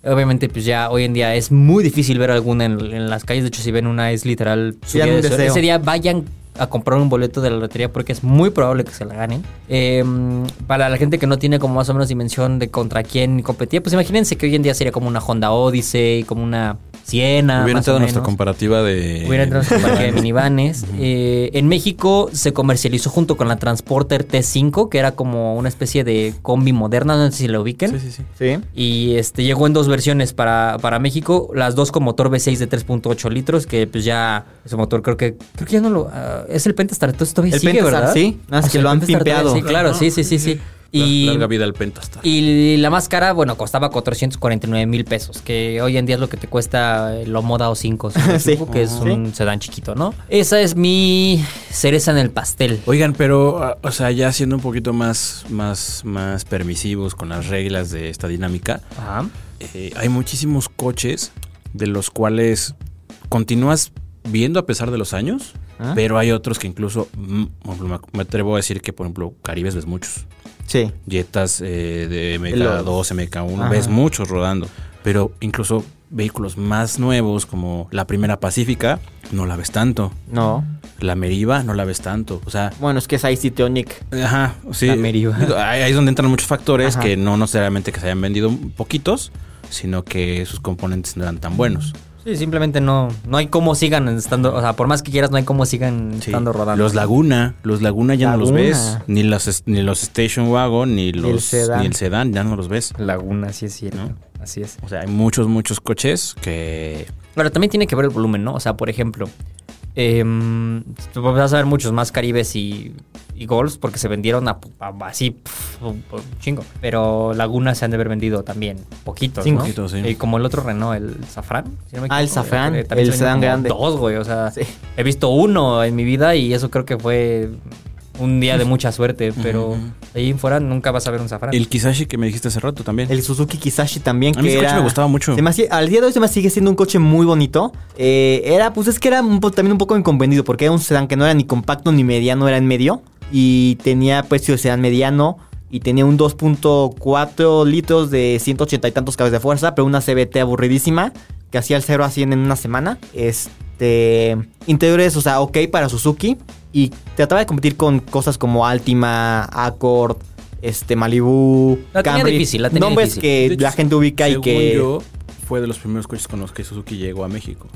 Obviamente, pues ya hoy en día es muy difícil ver alguna en, en las calles. De hecho, si ven una es literal su Pidan día un de suerte. deseo. Ese día vayan a comprar un boleto de la lotería porque es muy probable que se la ganen. Em, para la gente que no tiene como más o menos dimensión de contra quién competía, pues imagínense que hoy en día sería como una Honda Odyssey, como una Siena. Hubiera Ah, más o entrado nuestra menos. comparativa de. Hubiera entrado en su parque de minivanes. Eh, en México se comercializó junto con la Transporter T5, que era como una especie de combi moderna, no sé si la ubiquen. Sí, sí, sí. Sí. Y este llegó en dos versiones para, para México, las dos con motor V6 de 3.8 litros, que pues ya ese motor creo que creo que ya no lo ah, es el Pentastar, entonces todavía El sigue, Pentastar, ¿verdad? sí, nada más O sea, que el lo han Pentastar todavía pimpeado. Sí, claro, sí, sí, sí, sí. Y Larga vida al Pentastar. y la más cara, bueno, costaba 449 mil pesos, que hoy en día es lo que te cuesta lo moda o 5, Sí. que es un sedán chiquito, ¿no? Esa es mi cereza en el pastel. Oigan, pero, ah, o sea, ya siendo un poquito más, más, más permisivos con las reglas de esta dinámica, Ajá. eh, hay muchísimos coches de los cuales continúas viendo a pesar de los años, Ah. pero hay otros que incluso, mm, por ejemplo, me- me atrevo a decir que, por ejemplo, Caribes ves muchos, Sí. Jetas eh, de MK2, MK1, Ajá. ves muchos rodando, pero incluso vehículos más nuevos como la primera Pacífica, no la ves tanto. No. La Meriva no la ves tanto. O sea, Bueno, es que es ahí sí Teonic. Ajá, sí. La Meriva. Digo, Ahí ahí es donde entran muchos factores Ajá. que no necesariamente que se hayan vendido poquitos, sino que sus componentes no eran tan buenos. Sí, simplemente no, no hay cómo sigan estando, o sea, por más que quieras, no hay cómo sigan Sí. estando rodando. Los Laguna, los Laguna ya no los Laguna. ves, ni los es- ni los Station Wagon, ni los sedán. ni el sedán ya no los ves. Laguna, sí es cierto. ¿No? Así es. O sea, hay muchos muchos coches que Pero también tiene que ver el volumen, ¿no? O sea, por ejemplo, em, tú vas a ver muchos más Caribes y, y y Golf porque se vendieron a, a- así pf, un un chingo. Pero Laguna se han de haber vendido también poquitos, Cinco. ¿no? Poquitos, sí. Y como el otro Renault, el Safran. si no me Ah, el equivoco, Safran, que también el se venden sedán como grande. Dos, güey, o sea, Sí. he visto uno en mi vida y eso creo que fue un día de mucha suerte, pero Ujú. ahí en fuera nunca vas a ver un Safran. El Kisashi que me dijiste hace rato también. El Suzuki Kisashi también. A mí que ese coche era- me gustaba mucho. se me hacía- al día de hoy se me sigue siendo un coche muy bonito. Eh, era, pues es que era un po- también un poco incomprendido porque era un sedán que no era ni compacto ni mediano, era en medio. Y tenía precio de sedán mediano. Y tenía un 2.4 litros de 180 y tantos caballos de fuerza, pero una CBT aburridísima que hacía el 0 a 100 en una semana. Este. Interiores, o sea, ok para Suzuki. Y trataba de competir con cosas como Altima, Accord, este, Malibu. La tenía Camry. difícil, la tenía Nombres difícil. que De eh, hecho, la gente ubica y según que yo, fue de los primeros coches con los que Suzuki llegó a México.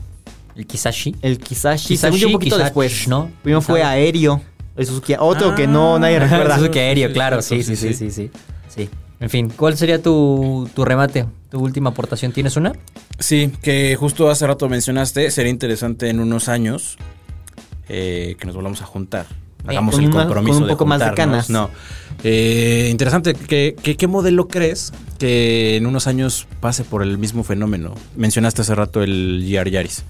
El Kisashi. el Kisashi, Kisashi, según yo, un poquito Kisashi, después, ¿no? Primero fue Quizá. Aéreo, el Suzuki, otro Ah. que (laughs) no nadie Ajá, recuerda. Suzuki aéreo, Sí, sí, claro, sí, cierto, sí, sí, sí, sí, sí, sí. En fin, ¿cuál sería tu, tu remate? ¿Tu última aportación? ¿Tienes una? Sí, que justo hace rato mencionaste, sería interesante en unos años eh, que nos volvamos a juntar. Hagamos Eh, con el una- compromiso con un de poco más de juntarnos. canas. No. Eh, interesante, ¿qué, qué, qué modelo crees que en unos años pase por el mismo fenómeno? Mencionaste hace rato el GR Yaris,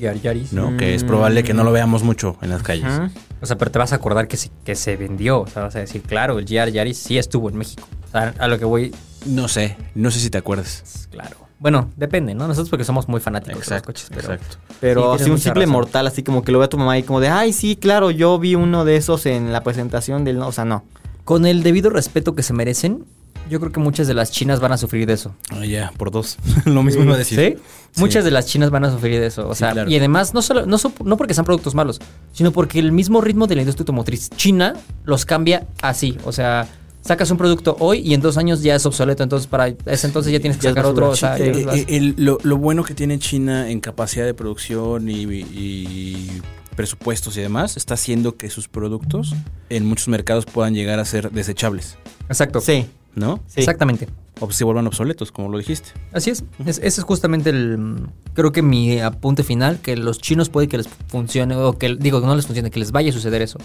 Yaris. ¿no? Que es Mm. probable que no lo veamos mucho en las calles. Ajá. O sea, pero te vas a acordar que se, que se vendió. O sea, vas a decir, claro, el GR Yaris sí estuvo en México. O sea, a lo que voy, No sé, no sé si te acuerdas. es claro. Bueno, depende, ¿no? Nosotros porque somos muy fanáticos de los Exacto, coches, pero... exacto. Sí, Pero tienes así un mucha simple razón. mortal, así como que lo ve a tu mamá y como de, ay, sí, claro, yo vi uno de esos en la presentación del... no", O sea, no. Con el debido respeto que se merecen, yo creo que muchas de las chinas van a sufrir de eso. Ah, ya, por dos. (laughs) lo mismo iba a decir. Sí. Muchas de las chinas van a sufrir de eso. O Sí, sea, claro. y además, no, solo, no, so- no porque sean productos malos, sino porque el mismo ritmo de la industria automotriz china los cambia así. O sea, sacas un producto hoy y en dos años ya es obsoleto. Entonces, para ese entonces ya tienes que Ya es sacar basura. otro. o sea, Sí, ya eh, lo Eh, haces. el- lo, lo bueno que tiene China en capacidad de producción y, y presupuestos y demás está haciendo que sus productos en muchos mercados puedan llegar a ser desechables, Exacto. Sí, ¿no? sí. Exactamente. O se vuelvan obsoletos, como lo dijiste. Así es. Es- Ese es justamente el. mm, Creo que mi apunte final: que los chinos puede que les funcione, o que digo, que no les funcione, que les vaya a suceder eso.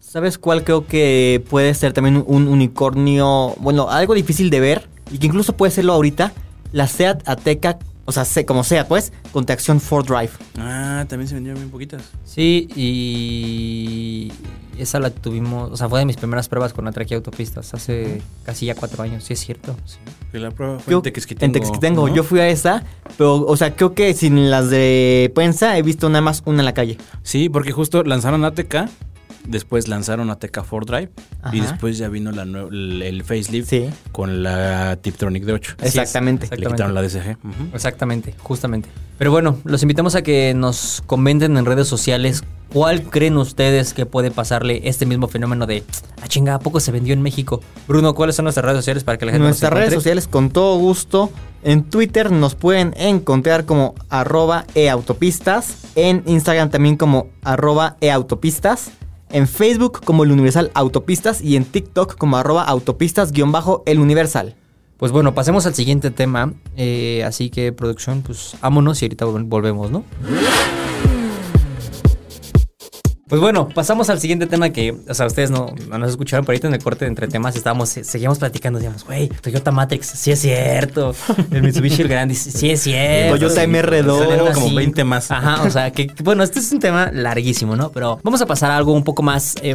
¿Sabes cuál creo que puede ser también un unicornio? Bueno, algo difícil de ver y que incluso puede serlo ahorita. La Seat Ateca, o sea, se- como sea, pues, con tracción 4Drive. Ah, también se vendieron bien poquitas. Sí, y esa la tuvimos, o sea, fue de mis primeras pruebas con Atraqui Autopistas hace casi ya cuatro años, sí es cierto. sí. Que la prueba fue Creo- en Tequisquitengo, ¿no? Yo fui a esa, pero, o sea, creo que sin las de prensa he visto nada más una en la calle. Sí, porque justo lanzaron ATK, después lanzaron ATK 4Drive y Ajá. después ya vino la nue- el, el facelift Sí. con la Tiptronic de 8. Así es, Exactamente. Le quitaron la DSG. ujú. Exactamente, justamente. Pero bueno, los invitamos a que nos comenten en redes sociales cuál creen ustedes que puede pasarle este mismo fenómeno de, ah chinga, ¿a poco se vendió en México? Bruno, ¿cuáles son nuestras redes sociales para que la gente nos Nuestras redes encuentre? sociales, con todo gusto. En Twitter nos pueden encontrar como arroba eautopistas. En Instagram también como arroba eautopistas. En Facebook como el Universal Autopistas. Y en TikTok como arroba autopistas-el Universal. Pues bueno, pasemos al siguiente tema. eh, así que producción, pues vámonos y ahorita vol- volvemos, ¿no? Pues bueno, pasamos al siguiente tema que, o sea, ustedes no, no nos escucharon, pero ahorita en el corte de entre temas estábamos, se- seguíamos platicando, decíamos, güey, Toyota Matrix, sí es cierto, el Mitsubishi el Grande, sí sí es cierto. Toyota MR2. Salieron Como 20 más. Ajá, o sea, que, que, bueno, este es un tema larguísimo, ¿no? Pero vamos a pasar a algo un poco más, eh,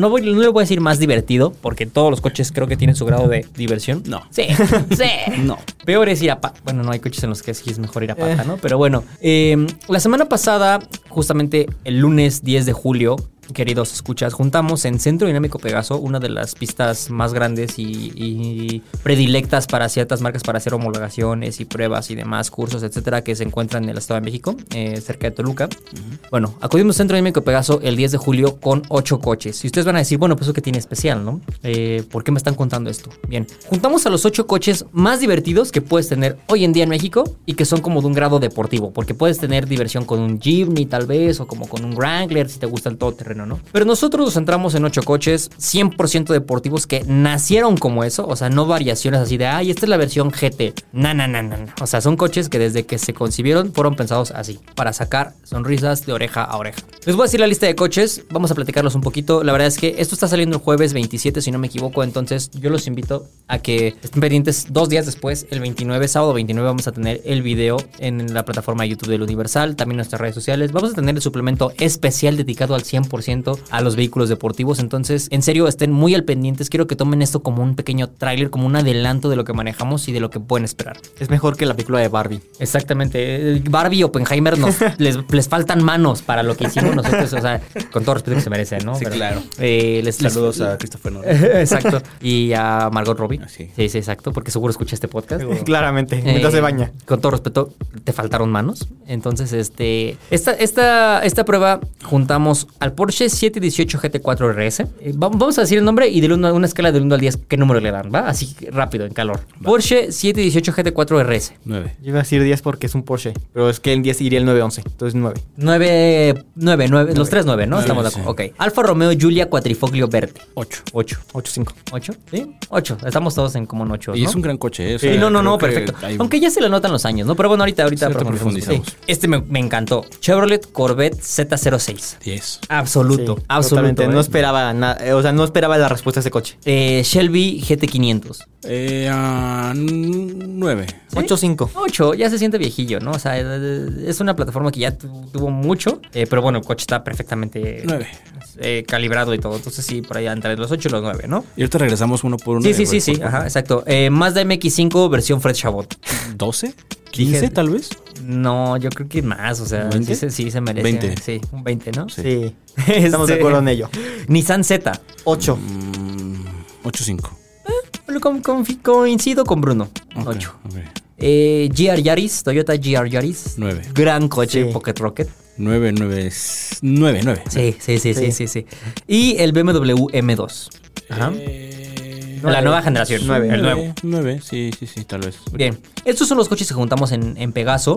No, voy, no le voy a decir más divertido, porque todos los coches creo que tienen su grado de diversión. No. Sí, sí. No. Peor es ir a pata. Bueno, no hay coches en los que sí es mejor ir a em, pata, ¿no? Pero bueno, eh, la semana pasada, justamente el lunes 10 de julio, queridos escuchas, juntamos en Centro Dinámico Pegaso, una de las pistas más grandes y, y predilectas para ciertas marcas para hacer homologaciones y pruebas y demás cursos, etcétera, que se encuentran en el Estado de México, eh, cerca de Toluca. Bueno, acudimos a Centro Dinámico Pegaso el 10 de julio con ocho coches. Y ustedes van a decir, bueno, pues eso que tiene especial, ¿no? Eh, ¿Por qué me están contando esto? Bien, juntamos a los ocho coches más divertidos que puedes tener hoy en día en México y que son como de un grado deportivo, porque puedes tener diversión con un Jimny tal vez o como con un Wrangler si te gusta el todoterreno, ¿no? Pero nosotros nos centramos en ocho coches 100% deportivos que nacieron como eso, o sea, no variaciones así de, ay, esta es la versión GT. Na, na, na, na, na. O sea, son coches que desde que se concibieron fueron pensados así, para sacar sonrisas de oreja a oreja. Les voy a decir la lista de coches, vamos a platicarlos un poquito. La verdad es que esto está saliendo el jueves 27, si no me equivoco, entonces yo los invito a que estén pendientes dos días después, el 29, sábado 29, vamos a tener el video en la plataforma de YouTube del Universal, también en nuestras redes sociales. Vamos a tener el suplemento especial dedicado al 100% a los vehículos deportivos, entonces en serio estén muy al pendientes. Quiero que tomen esto como un pequeño tráiler, como un adelanto de lo que manejamos y de lo que pueden esperar. Es mejor que la película de Barbie. Exactamente. eh, Barbie y Oppenheimer nos, les, les faltan manos para lo que hicimos nosotros. O sea, con todo respeto que se merecen, ¿no? Sí, claro. eh, les Saludos les- a Christopher Nolan. (laughs) exacto. Y a Margot Robbie. Ah, Sí. sí. sí, exacto. Porque seguro escucha este podcast. (laughs) Claramente, Eh, mientras se baña. Con todo respeto, te faltaron manos. Entonces, este, esta, esta, esta prueba juntamos al Porsche 718 GT4 RS. Eh, va- Vamos a decir el nombre y de una, una escala del 1 al 10, ¿qué número le dan? ¿Va? Así rápido, en calor. Porsche 718 GT4 RS. Nueve. Yo iba a decir 10 porque es un Porsche, pero es que el 10 iría el 911, entonces 9. 9, 9, 9, los 3, 9, ¿no? Nueve, Estamos de sí. acuerdo. Ok. Alfa Romeo Giulia Quadrifoglio Verde. Ocho. 8. 8-5. 8, ¿sí? 8. Estamos todos en como en 8. Y es un gran coche, ¿eh? O Sí, sea, no, no, creo no, que perfecto. hay- Aunque ya se le notan los años, ¿no? Pero bueno, ahorita, ahorita Sí, ahorita profundizamos. profundizamos. Sí. Este me, me encantó. Chevrolet Corvette Z06. Diez. Absoluto, Sí, absoluto. totalmente. ¿eh? No esperaba nada, eh, o sea, no esperaba la respuesta a ese coche. Eh, Shelby GT500. Eh, ah, nueve. 8-5. 8, ya se siente viejillo, ¿no? O sea, eh, es una plataforma que ya tu- tuvo mucho, eh, pero bueno, el coche está perfectamente Nueve. eh, calibrado y todo. Entonces sí, por allá entre los 8 y los 9, ¿no? Y ahorita regresamos uno por uno. Sí, sí, sí, sí, ajá, exacto. Eh, Mazda MX5 versión Fred Chabot. ¿Doce? ¿Quince, tal vez? No, yo creo que más, o sea, sí, ¿Veinte? se- sí se merece. 20. Sí, un 20, ¿no? (laughs) Sí. Estamos de Este, acuerdo en ello. Nissan Z. 8. Mm, ocho, cinco. Lo con- confi- coincido con Bruno. Ok, 8. ok. GR Yaris, Toyota GR Yaris. Nueve. Gran coche, Sí. Pocket Rocket. Nueve, nueve. es- Nueve, nueve. Sí, sí, sí, sí, sí, Sí. sí. Eh, Y el BMW M2. Ajá. La Nueve. nueva generación. Nueve. El nuevo. Eh, Nueve, sí, sí, sí, tal vez. Bien, estos son los coches que juntamos en, en Pegaso.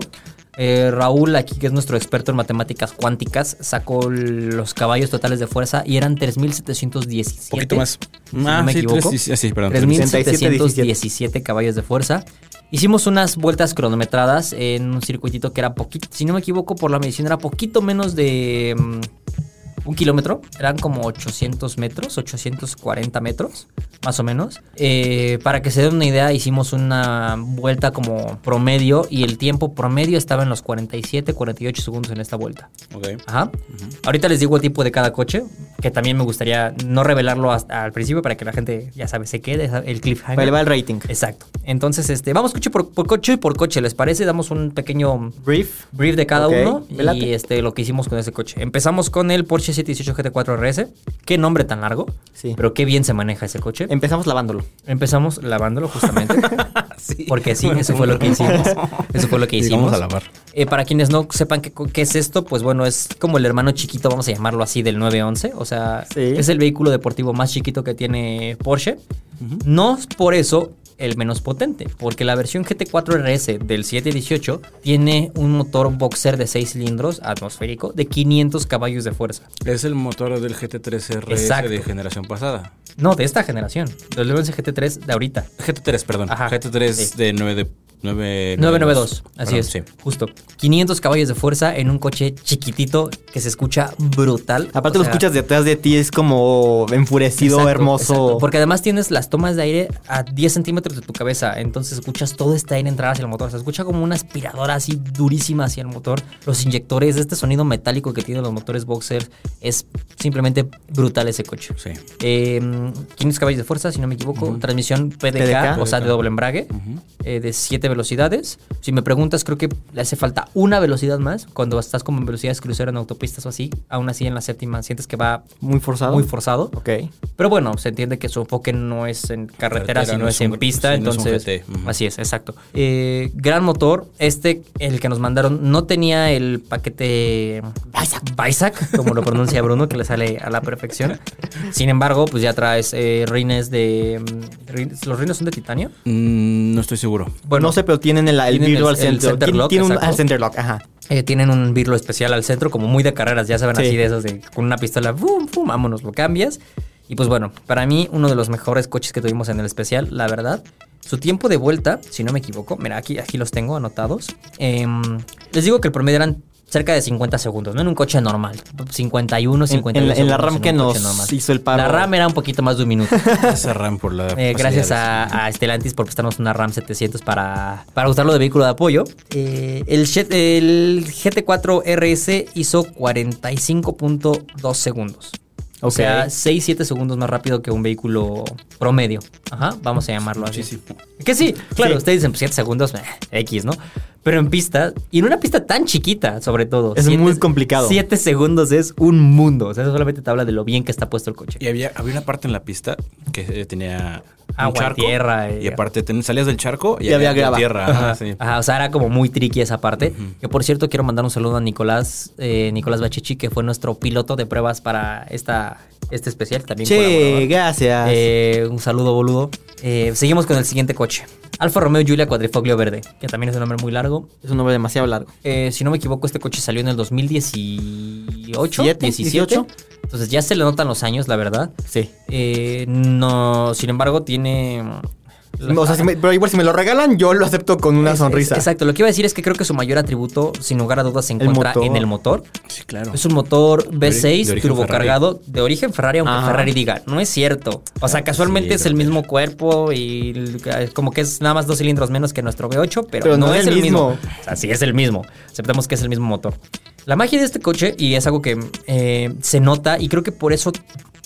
Eh, Raúl, aquí que es nuestro experto en matemáticas cuánticas, sacó los caballos totales de fuerza y eran 3.717. Poquito más. no Ah, me sí, equivoco. tres, sí, ah, sí, perdón. tres, 3.717 caballos de fuerza. Hicimos unas vueltas cronometradas en un circuitito que era poquito, si no me equivoco, por la medición era poquito menos de mm, un kilómetro. Eran como 800 metros, 840 metros, más o menos. Eh, para que se den una idea, hicimos una vuelta como promedio y el tiempo promedio estaba en los 47, 48 segundos en esta vuelta. Ok. Ajá. Ahorita les digo el tipo de cada coche, que también me gustaría no revelarlo hasta al principio para que la gente, ya sabe, se quede sa- el cliffhanger. Vale, va el rating. Exacto. Entonces, este, vamos coche por, por coche y por coche, ¿les parece? Damos un pequeño Brief. brief de cada Ok, uno me late. y este, lo que hicimos con ese coche. Empezamos con el Porsche 718 GT4 RS. Qué nombre tan largo, Sí. pero qué bien se maneja ese coche. Empezamos lavándolo. Empezamos lavándolo justamente. Porque sí, eso fue lo que hicimos. Eso fue lo que Sí, hicimos. vamos a lavar. Eh, para quienes no sepan qué, co- qué es esto, pues bueno, es como el hermano chiquito, vamos a llamarlo así, del 911. O sea, Sí. es el vehículo deportivo más chiquito que tiene Porsche. No es por eso el menos potente, porque la versión GT4 RS del 718 tiene un motor boxer de 6 cilindros atmosférico de 500 caballos de fuerza. Es el motor del GT3 RS Exacto. de generación pasada. GT3, No, de esta generación, del 911 GT3 de ahorita. perdón. Ajá. GT3 Sí. de 9 9 992, así es, Sí. justo. 500 caballos de fuerza en un coche chiquitito que se escucha brutal. Aparte O lo sea, escuchas detrás de ti, es como enfurecido, exacto, hermoso. exacto, porque además tienes las tomas de aire a 10 centímetros de tu cabeza, entonces escuchas todo este aire entrar hacia el motor. Se escucha como una aspiradora así durísima hacia el motor. Los inyectores, este sonido metálico que tienen los motores boxer, es simplemente brutal ese coche. Sí. Eh, 500 caballos de fuerza, si no me equivoco. Transmisión PDK, PDK. o sea, de doble embrague, eh, de 7 velocidades. Si me preguntas, creo que le hace falta una velocidad más. Cuando estás como en velocidades crucero en autopistas o así, aún así en la séptima sientes que va Muy forzado. muy forzado. Ok. Pero bueno, se entiende que su enfoque no es en carretera, Carretera, sino no es, es en un- pista. sí, no es un entonces, GT, ujú. así es, exacto. Eh, gran motor. Este, el que nos mandaron, no tenía el paquete Bisac, como lo pronuncia Bruno, que le sale a la perfección. Sin embargo, pues ya traes eh, rines de. mm, rines- ¿Los rines son de titanio? Mm, no estoy seguro. Bueno, no sé, pero tienen el, el tienen vidrio el- al el centro. center Tien- lock, tiene un exacto. al center lock, ajá. Eh, tienen un birlo especial al centro, como muy de carreras, ya saben, Sí. así de esas, de, con una pistola, ¡bum, bum! Vámonos, lo cambias. Y pues bueno, para mí, uno de los mejores coches que tuvimos en el especial, la verdad. Su tiempo de vuelta, si no me equivoco, mira, aquí, aquí los tengo anotados. Em, les digo que el promedio eran cerca de 50 segundos, no en un coche normal. 51, En, 50 en la, en la RAM que nos hizo el paro. La RAM era un poquito más de un minuto. (laughs) Gracias a RAM por la. Eh, facilidad. gracias a, a Stellantis por prestarnos una RAM 700 para, para usarlo de vehículo de apoyo. Eh, el, Jet- el GT4 RS hizo 45.2 segundos. O Ok. sea, 6-7 segundos más rápido que un vehículo promedio. Ajá, vamos a llamarlo así. Muchísimo. Que sí, claro, Mm, Sí. ustedes dicen 7 segundos, eh, X, ¿no? Pero en pista, y en una pista tan chiquita, sobre todo. Es muy complicado. 7 segundos es un mundo. O sea, eso solamente te habla de lo bien que está puesto el coche. Y había, había una parte en la pista que eh, tenía. un Agua, tierra, eh. Y aparte ten- salías del charco y, Y había grava. tierra. ajá, Ah, sí. Ajá, o sea, era como muy tricky esa parte. Que por cierto, quiero mandar un saludo a Nicolás, eh, Nicolás Bachichi, que fue nuestro piloto de pruebas para esta, este especial. También Che, colaborador. gracias. Eh, un saludo, boludo. Eh, seguimos con el siguiente coche. Alfa Romeo Giulia Cuadrifoglio Verde, que también es un nombre muy largo. es un nombre demasiado largo. Eh, si no me equivoco, este coche salió en el 2018, Siete, 17. 18. Entonces ya se le notan los años, la verdad. Sí. Eh, no, sin embargo, tiene... O sea, si me- pero igual si me lo regalan, yo lo acepto con una Es- sonrisa. es- exacto, lo que iba a decir es que creo que su mayor atributo, sin lugar a dudas, se encuentra motor. en el motor. Sí, claro. Es un motor ori- V6 de origen turbocargado de origen Ferrari, aunque Ajá. Ferrari diga, no es cierto. O sea, casualmente Ah, sí, es el creo que mismo cuerpo y el- eh, como que es nada más dos cilindros menos que nuestro V8, pero, no, es el mismo. O sea, sí es el mismo. Aceptamos que es el mismo motor. La magia de este coche, y es algo que eh, se nota, y creo que por eso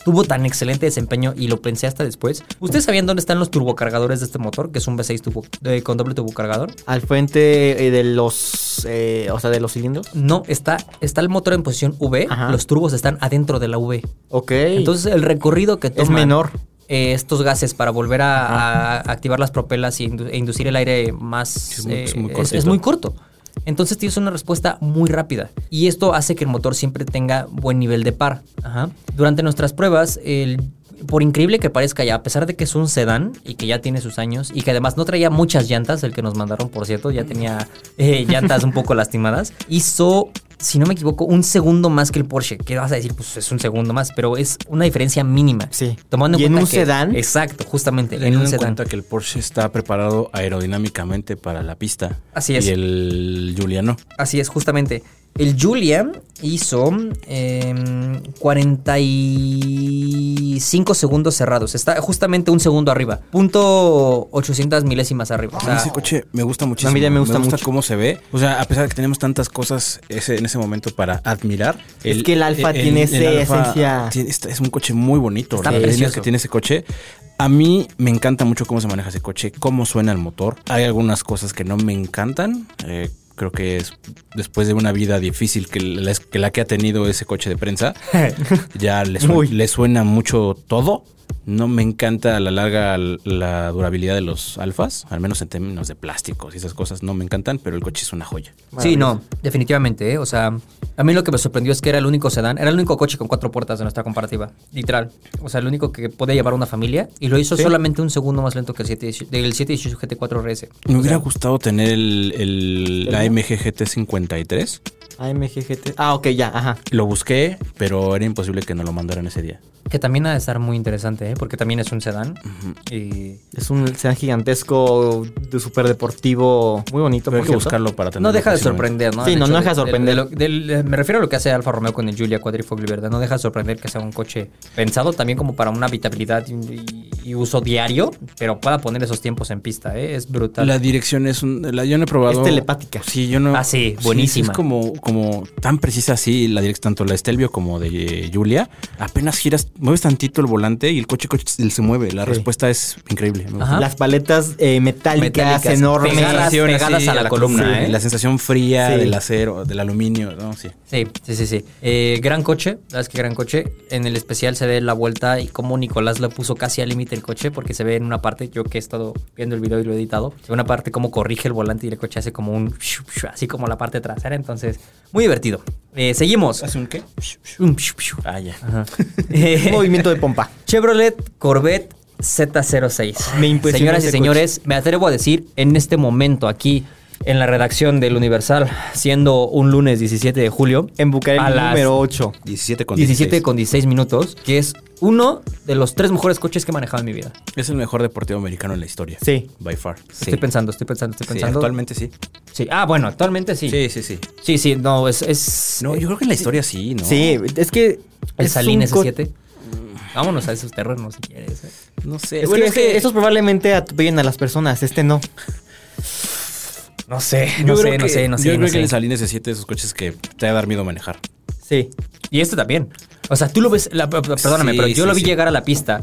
tuvo tan excelente desempeño, y lo pensé hasta después. ¿Ustedes sabían dónde están los turbocargadores de este motor? Que es un V6 turbo- eh, con doble turbocargador. Al frente eh, de los. eh, o sea, de los cilindros. No, está, está el motor en posición V, Ajá. los turbos están adentro de la V. Ok. Entonces el recorrido que toman menor. eh, estos gases para volver a, a activar las propelas y indu- e inducir el aire más Es muy- eh, es muy es- es cortito. muy corto. Entonces tienes una respuesta muy rápida. Y esto hace que el motor siempre tenga buen nivel de par. Ajá. Durante nuestras pruebas, el- por increíble que parezca ya, a pesar de que es un sedán y que ya tiene sus años y que además no traía muchas llantas, el que nos mandaron, por cierto, ya tenía eh, (laughs) llantas un poco lastimadas, hizo, si no me equivoco, un segundo más que el Porsche. ¿Qué vas a decir? Pues es un segundo más, pero es una diferencia mínima. Sí. Tomando ¿Y en cuenta un que- sedán? Exacto, justamente. En Teniendo un en sedán. cuenta que el Porsche está preparado aerodinámicamente para la pista. Así es. Y el Juliano. Así es, justamente. El Julia hizo em, 45 segundos cerrados. Está justamente un segundo arriba. Punto 800 milésimas arriba. O sea, ese coche me gusta muchísimo. A mí también me gusta mucho. cómo se ve. O sea, a pesar de que tenemos tantas cosas ese- en ese momento para admirar. Es que el Alfa tiene ese esencia. tiene- está- es un coche muy bonito. Está La línea precioso. que tiene ese coche. A mí me encanta mucho cómo se maneja ese coche, cómo suena el motor. Hay algunas cosas que no me encantan. eh, Creo que es después de una vida difícil que la, que la que ha tenido ese coche de prensa, ya le, suen- Uy. le suena mucho todo. No me encanta a la larga l- la durabilidad de los alfas, al menos en términos de plásticos y esas cosas no me encantan, pero el coche es una joya. sí, no, definitivamente. ¿eh? O sea, a mí lo que me sorprendió es que era el único sedán, era el único coche con cuatro puertas de nuestra comparativa. Literal. O sea, el único que podía llevar una familia y lo hizo solamente un segundo más lento que el 718 del 718 GT4 RS. Me hubiera gustado tener el, el, AMG GT53. AMGGT. Ah, ok, ya, ajá. Lo busqué, pero era imposible que no lo mandaran ese día. Que también ha de estar muy interesante, ¿eh? porque también es un sedán. Y Es un sedán gigantesco de súper deportivo. Muy bonito, Pero hay por que cierto. buscarlo para tener. No deja de sorprender, ¿no? Sí, El no, hecho no deja de sorprender. lo- del- eh, me refiero a lo que hace Alfa Romeo con el Giulia Cuadrifoglio, ¿verdad? No deja de sorprender que sea un coche pensado también como para una habitabilidad y, y- y uso diario, pero pueda poner esos tiempos en pista, ¿eh? Es brutal. La dirección es un. la- yo no he probado. Es telepática. Sí, yo no. Ah, sí, buenísima. es como, como tan precisa así la dirección, tanto la de Stelvio como de eh, Julia. Apenas giras mueves tantito el volante y el coche, coche se se mueve. La Sí. respuesta es increíble. me gusta. Ajá. Las paletas eh, metálicas, Metálicas, enormes. pegadas, sensación así pegadas a la columna, sí, ¿eh? La sensación fría Sí. del acero, del aluminio, ¿no? Sí. Sí, sí, sí, sí. Eh, gran coche, sabes que gran coche. En el especial se ve la vuelta y cómo Nicolás le puso casi al límite el coche, porque se ve en una parte, yo que he estado viendo el video y lo he editado, se ve una parte cómo corrige el volante y el coche hace como un shup, shup, así como la parte trasera. Entonces, muy divertido. Eh, seguimos. ¿Hace un qué? Un shup, shup. Ah, ya. Ajá. (laughs) (laughs) Eh, Movimiento de pompa. Chevrolet Corvette Z06. Me impresionó Señoras y ese señores, me atrevo a decir en este momento aquí en la redacción del Universal, siendo un lunes 17 de julio, En a Bucareli las número 8. 17 con 17 con 16 minutos, que es uno de los tres mejores coches que he manejado en mi vida. Es el mejor deportivo americano en la historia. Sí. By far. Sí. Estoy pensando, estoy pensando, estoy Sí, pensando. actualmente sí. Sí. Ah, bueno, actualmente sí. Sí, Sí, sí, sí. sí, no, es... es No, yo creo que en la historia sí, ¿no? Sí, es que. el es Salín un co- S7. Vámonos a esos terrenos si quieres. eh. No sé. Es Bueno, que, este- estos probablemente atropellan a las personas, este no. No sé, yo no creo sé, no que- sé, no sé. Yo no creo sé. que el Salines es 7 de esos coches que te va a dar miedo manejar. Sí. Y este también. O sea, tú lo ves, la- p- p- perdóname, Sí, pero yo sí, lo vi sí. llegar a la pista.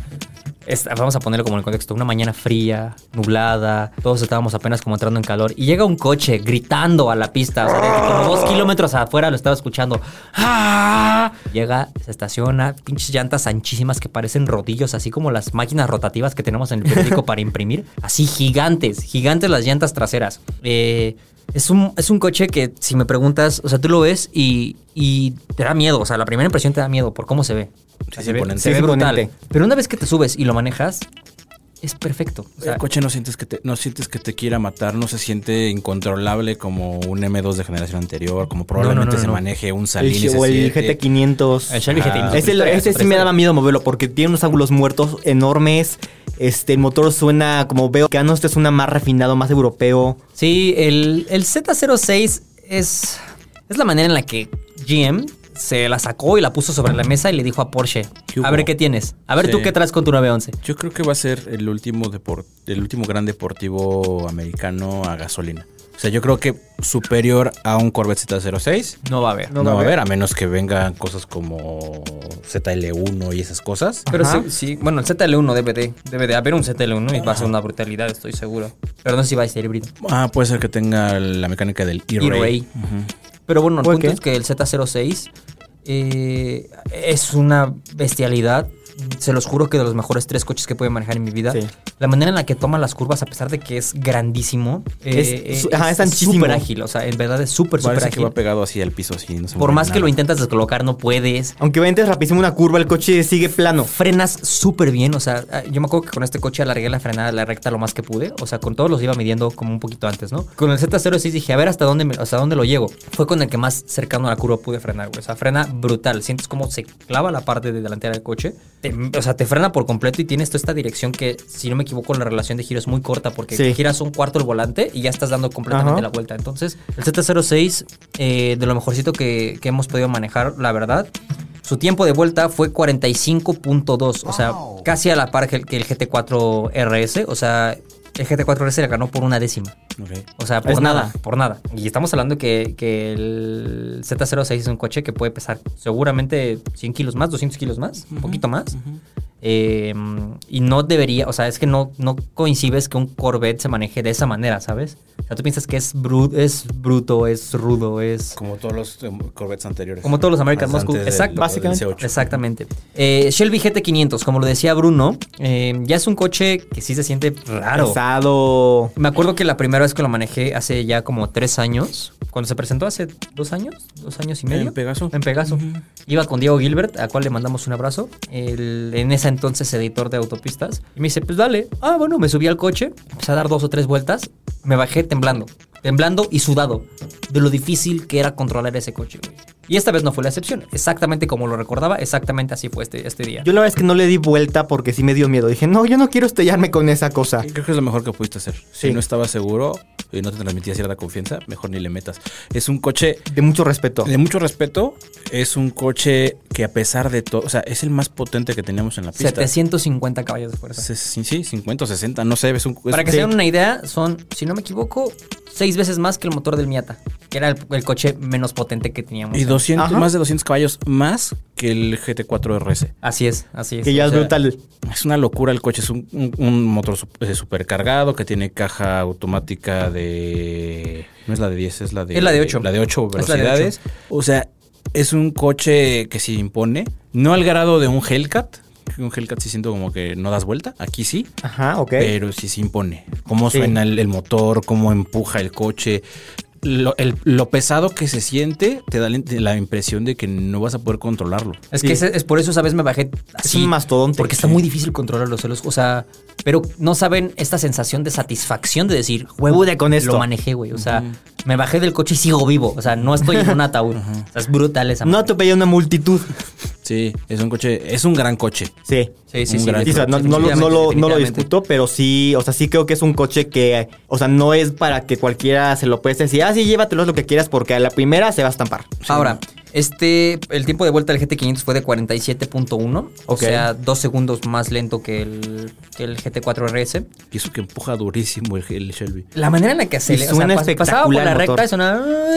Es- vamos a ponerlo como en el contexto. Una mañana fría, nublada, todos estábamos apenas como entrando en calor. Y llega un coche gritando a la pista. O sea, de- como dos kilómetros afuera lo estaba escuchando. ¡Ah! Llega, se estaciona, pinches llantas anchísimas que parecen rodillos, así como las máquinas rotativas que tenemos en el periódico para imprimir. Así gigantes, gigantes las llantas traseras. Eh, es un, es un coche que, si me preguntas, o sea, tú lo ves y, y te da miedo. O sea, la primera impresión te da miedo por cómo se ve. Sí, se sí, ve, imponente. se Sí, ve es brutal. imponente. Pero una vez que te subes y lo manejas, es perfecto. O sea, el coche no sientes que te, no sientes que te quiera matar, no se siente incontrolable como un M2 de generación anterior, como probablemente no, se no. maneje un El, Salines o el S7. GT500. el Chevy Ajá. GT. Ese, Otra historia, ese otra sí me historia. daba miedo moverlo porque tiene unos ángulos muertos enormes. Este, el motor suena como veo que este suena más refinado, más europeo. Sí, el, el Z06 es, es la manera en la que GM se la sacó y la puso sobre la mesa y le dijo a Porsche, ¿Qué hubo? a ver qué tienes, a ver Sí. tú qué traes con tu 911. Yo creo que va a ser el último depor- el último gran deportivo americano a gasolina. O sea, yo creo que superior a un Corvette Z06 No va a haber. no, va a haber, a menos que vengan cosas como ZL1 y esas cosas. Pero Ajá. sí, sí, bueno, el ZL1 debe de, debe de haber un ZL1 y va a ser una brutalidad, estoy seguro. Pero no sé si va a ser híbrido. Ah, puede ser que tenga la mecánica del E-Ray. E-Ray. Pero bueno, el ¿Por punto qué? es que el Z06 eh, es una bestialidad. Se los juro que de los mejores tres coches que pude manejar en mi vida. Sí. La manera en la que toma las curvas, a pesar de que es grandísimo, Es eh, su- ajá, es anchísimo. súper ágil. O sea, en verdad es súper, súper Parece que ágil. va pegado así al piso, así. no se Por mueve más que lo nada. intentas descolocar, no puedes. Aunque ventes rapidísimo una curva, el coche sigue plano. frenas súper bien. O sea, ah, yo me acuerdo que con este coche alargué la frenada, la recta lo más que pude. O sea, con todos los iba midiendo como un poquito antes, ¿no? Con el Z06 dije, a ver hasta dónde, me- hasta dónde lo llego. Fue con el que más cercano a la curva pude frenar, güey. O sea, frena brutal. Sientes cómo se clava la parte de delantera del coche. Te- o sea, te frena por completo y tienes toda esta dirección que, si no me equivoco, la relación de giro es muy corta porque Sí. giras un cuarto el volante y ya estás dando completamente Ajá. la vuelta. Entonces, el Z06, eh, de lo mejorcito que, que hemos podido manejar, la verdad. Su tiempo de vuelta fue 45.2, o sea, casi a la par que el, que el GT4 RS. O sea, el GT4 RS le ganó por una décima. Ok. O sea, por Es nada, nada. por nada. Y estamos hablando que, que el Z06 es un coche que puede pesar seguramente 100 kilos más, 200 kilos más, un poquito más. Eh, y no debería, o sea, es que no, no coincides que un Corvette se maneje de esa manera, ¿sabes? O sea, tú piensas que es, bru- es bruto, es rudo, es... Como todos los eh, Corvettes anteriores. Como todos los American Moscow. Exacto. Básicamente. Exactamente. Eh, Shelby GT500, como lo decía Bruno, eh, ya es un coche que sí se siente raro. Pesado. Me acuerdo que la primera vez que lo manejé hace ya como tres años, cuando se presentó hace dos años, dos años y medio. En Pegaso. En Pegaso. Iba con Diego Gilbert, a cual le mandamos un abrazo, el- en ese entonces editor de autopistas. Y me dice, pues dale. Ah, bueno, me subí al coche, empecé a dar dos o tres vueltas, me bajé temblando, temblando y sudado de lo difícil que era controlar ese coche. güey. Y esta vez no fue la excepción, exactamente como lo recordaba, exactamente así fue este, este día. Yo la verdad es que no le di vuelta porque sí me dio miedo. Dije, no, yo no quiero estrellarme con esa cosa. Creo que es lo mejor que pudiste hacer. Si Sí. no estabas seguro y no te transmitía cierta confianza, mejor ni le metas. Es un coche De mucho respeto. de mucho respeto. Es un coche que a pesar de todo, o sea, es el más potente que teníamos en la pista. 750 caballos de fuerza. Pues Se- Sí, sí, 50 o 60, no sé. Es un, es- Para que sí. se den una idea, son, si no me equivoco, seis veces más que el motor del Miata, que era el, el coche menos potente que teníamos. Y 200, Ajá. más de 200 caballos más que el GT4 RS. Así es, así es. Que ya O es sea, brutal. Es una locura el coche. Es un, un- un motor sup- eh, supercargado que tiene caja automática de. No es la de 10, es la de. Es la de ocho. La de 8 Es la de velocidades. O sea, es un coche que se impone. No al grado de un Hellcat. que Un Hellcat sí siento como que no das vuelta. Aquí sí. Ajá, ok. Pero sí se impone. Cómo Sí. suena el, el motor, cómo empuja el coche. Lo, el- lo pesado que se siente te da la, la impresión de que no vas a poder controlarlo. Es Sí. que ese- es, por eso, ¿sabes? Me bajé así. un mastodonte. Porque está Sí. muy difícil controlar los celos. O sea, pero no saben esta sensación de satisfacción de decir, huevo, Pude con esto. Lo manejé, güey. O sea, me bajé del coche y sigo vivo. O sea, no estoy en un (laughs) ataúd. O sea, es brutal esa. No madre. atropellé a una multitud. Sí, es un coche, es un gran coche. Sí. Sí, sí, Un sí. gran- Sí, o sea, no, no lo, no lo- no lo Definitivamente. discuto, pero sí, o sea, sí creo que es un coche que, o sea, no es para que cualquiera se lo pueda decir, ah, sí, llévatelo lo que quieras, porque a la primera se va a estampar. Ahora, este, el tiempo de vuelta del GT500 fue de 47.1, o Ok. sea, dos segundos más lento que el, que el GT4 RS. Y eso que empuja durísimo el, el Shelby. La manera en la que acelera, o sea, suena pas- pasaba por espectacular la el motor. recta y sonaba... ¡Ah!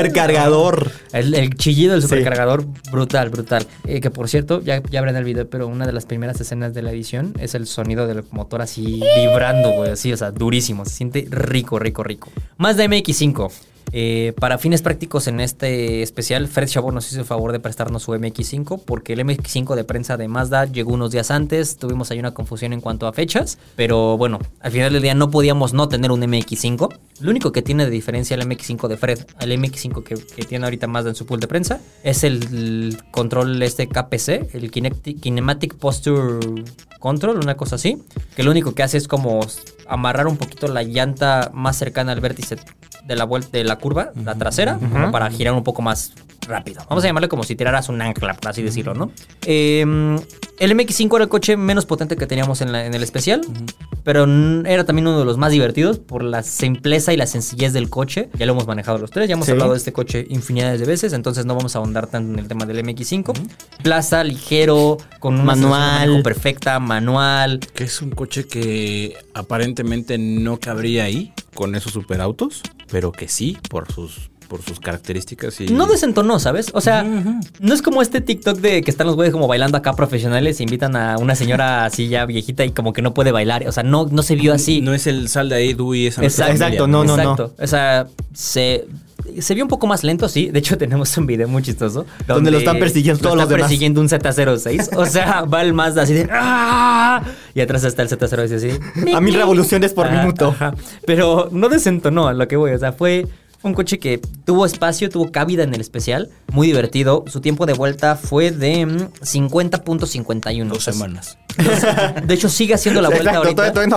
El, el supercargador. El, el chillido del Sí. supercargador, brutal, brutal. Eh, que por cierto, ya, ya verán el video, pero una de las primeras escenas de la edición es el sonido del motor así vibrando, güey, así, o sea, durísimo. Se siente rico, rico, rico. Mazda MX5. Eh, para fines prácticos en este especial, Fred Chabot nos hizo el favor de prestarnos su MX5 porque el MX5 de prensa de Mazda llegó unos días antes, tuvimos ahí una confusión en cuanto a fechas, pero bueno, al final del día no podíamos no tener un MX5. Lo único que tiene de diferencia el MX5 de Fred al MX5 que, que tiene ahorita Mazda en su pool de prensa es el control este KPC, el Kinecti- Kinematic Posture Control, una cosa así, que lo único que hace es como amarrar un poquito la llanta más cercana al vértice de la vuelta de la curva, la trasera, como para girar un poco más rápido. Vamos a llamarle como si tiraras un ancla, por así decirlo, ¿no? Eh, el MX5 era el coche menos potente que teníamos en, la- en el especial, pero n- era también uno de los más divertidos por la simpleza y la sencillez del coche. Ya lo hemos manejado los tres, ya hemos Sí. hablado de este coche infinidades de veces, entonces no vamos a ahondar tanto en el tema del MX5. Plaza, ligero, con una sensación de Manual. manejo perfecta, manual. Que es un coche que aparentemente no cabría ahí con esos superautos, pero que sí por sus por sus características y No desentonó, ¿sabes? O sea, no es como este TikTok de que están los güeyes como bailando acá profesionales e invitan a una señora así ya viejita y como que no puede bailar. O sea, no, no se vio así. no es el sal de ahí Dewey esa nuestra Exacto, familia, exacto, no, no, no. Exacto. O sea, se, se vio un poco más lento, sí. De hecho, (laughs) tenemos un video muy chistoso. Donde lo están persiguiendo todos los están demás. persiguiendo un Z06. O sea, (laughs) va el Mazda así de... ¡Ah! Y atrás está el Z06 así. A mil revoluciones por Ah, minuto. ajá. Pero no desentonó a lo que voy. O sea, fue un coche que tuvo espacio, tuvo cabida en el especial. Muy divertido. Su tiempo de vuelta fue de mm, 50.51. dos semanas. De hecho, sigue (laughs) haciendo la vuelta Exacto, ahorita. todavía, todavía no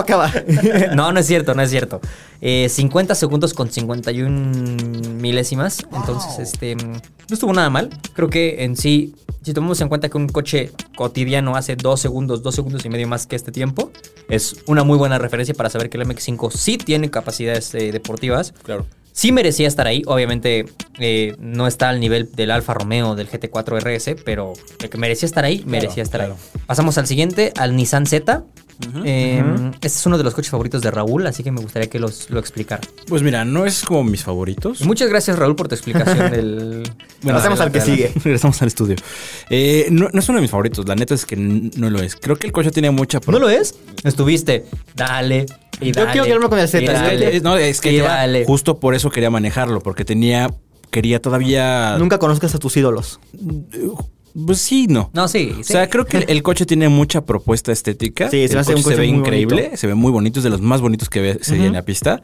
(laughs) acaba. No, no es cierto, no es cierto. Eh, 50 segundos con 51 milésimas. Entonces, este. mm, No estuvo nada mal. Creo que en sí, si tomamos en cuenta que un coche cotidiano hace 2 segundos, 2 segundos y medio más que este tiempo, es una muy buena referencia para saber que el MX5 sí tiene capacidades eh, deportivas. Claro. Sí merecía estar ahí, obviamente eh, no está al nivel del Alfa Romeo del GT4 RS, pero de que merecía estar ahí, merecía estar ahí. Pasamos al siguiente, al Nissan Z. Eh, Este es uno de los coches favoritos de Raúl, así que me gustaría que los, lo explicara. Pues mira, no es como mis favoritos. Y muchas gracias Raúl por tu (laughs) explicación del... Ah, Bueno, Pasemos al que adelante, (laughs) sigue. adelante. Regresamos al estudio. Eh, no, no es uno de mis favoritos. La neta es que n- no lo es. Creo que el coche tiene mucha. pro- ¿No lo es? Estuviste. Dale. Y Yo dale, quiero quedarme con el Z. y Es que- dale, Es- no, es que y lleva- dale. justo por eso quería manejarlo, porque tenía. Quería todavía. Nunca conozcas a tus ídolos. Pues sí, no. No, sí. O sea, creo que (laughs) el- el coche tiene mucha propuesta estética. Sí, se El me hace un se coche ve muy increíble, bonito. se ve muy bonito, es de los más bonitos que ve- se ve en la pista.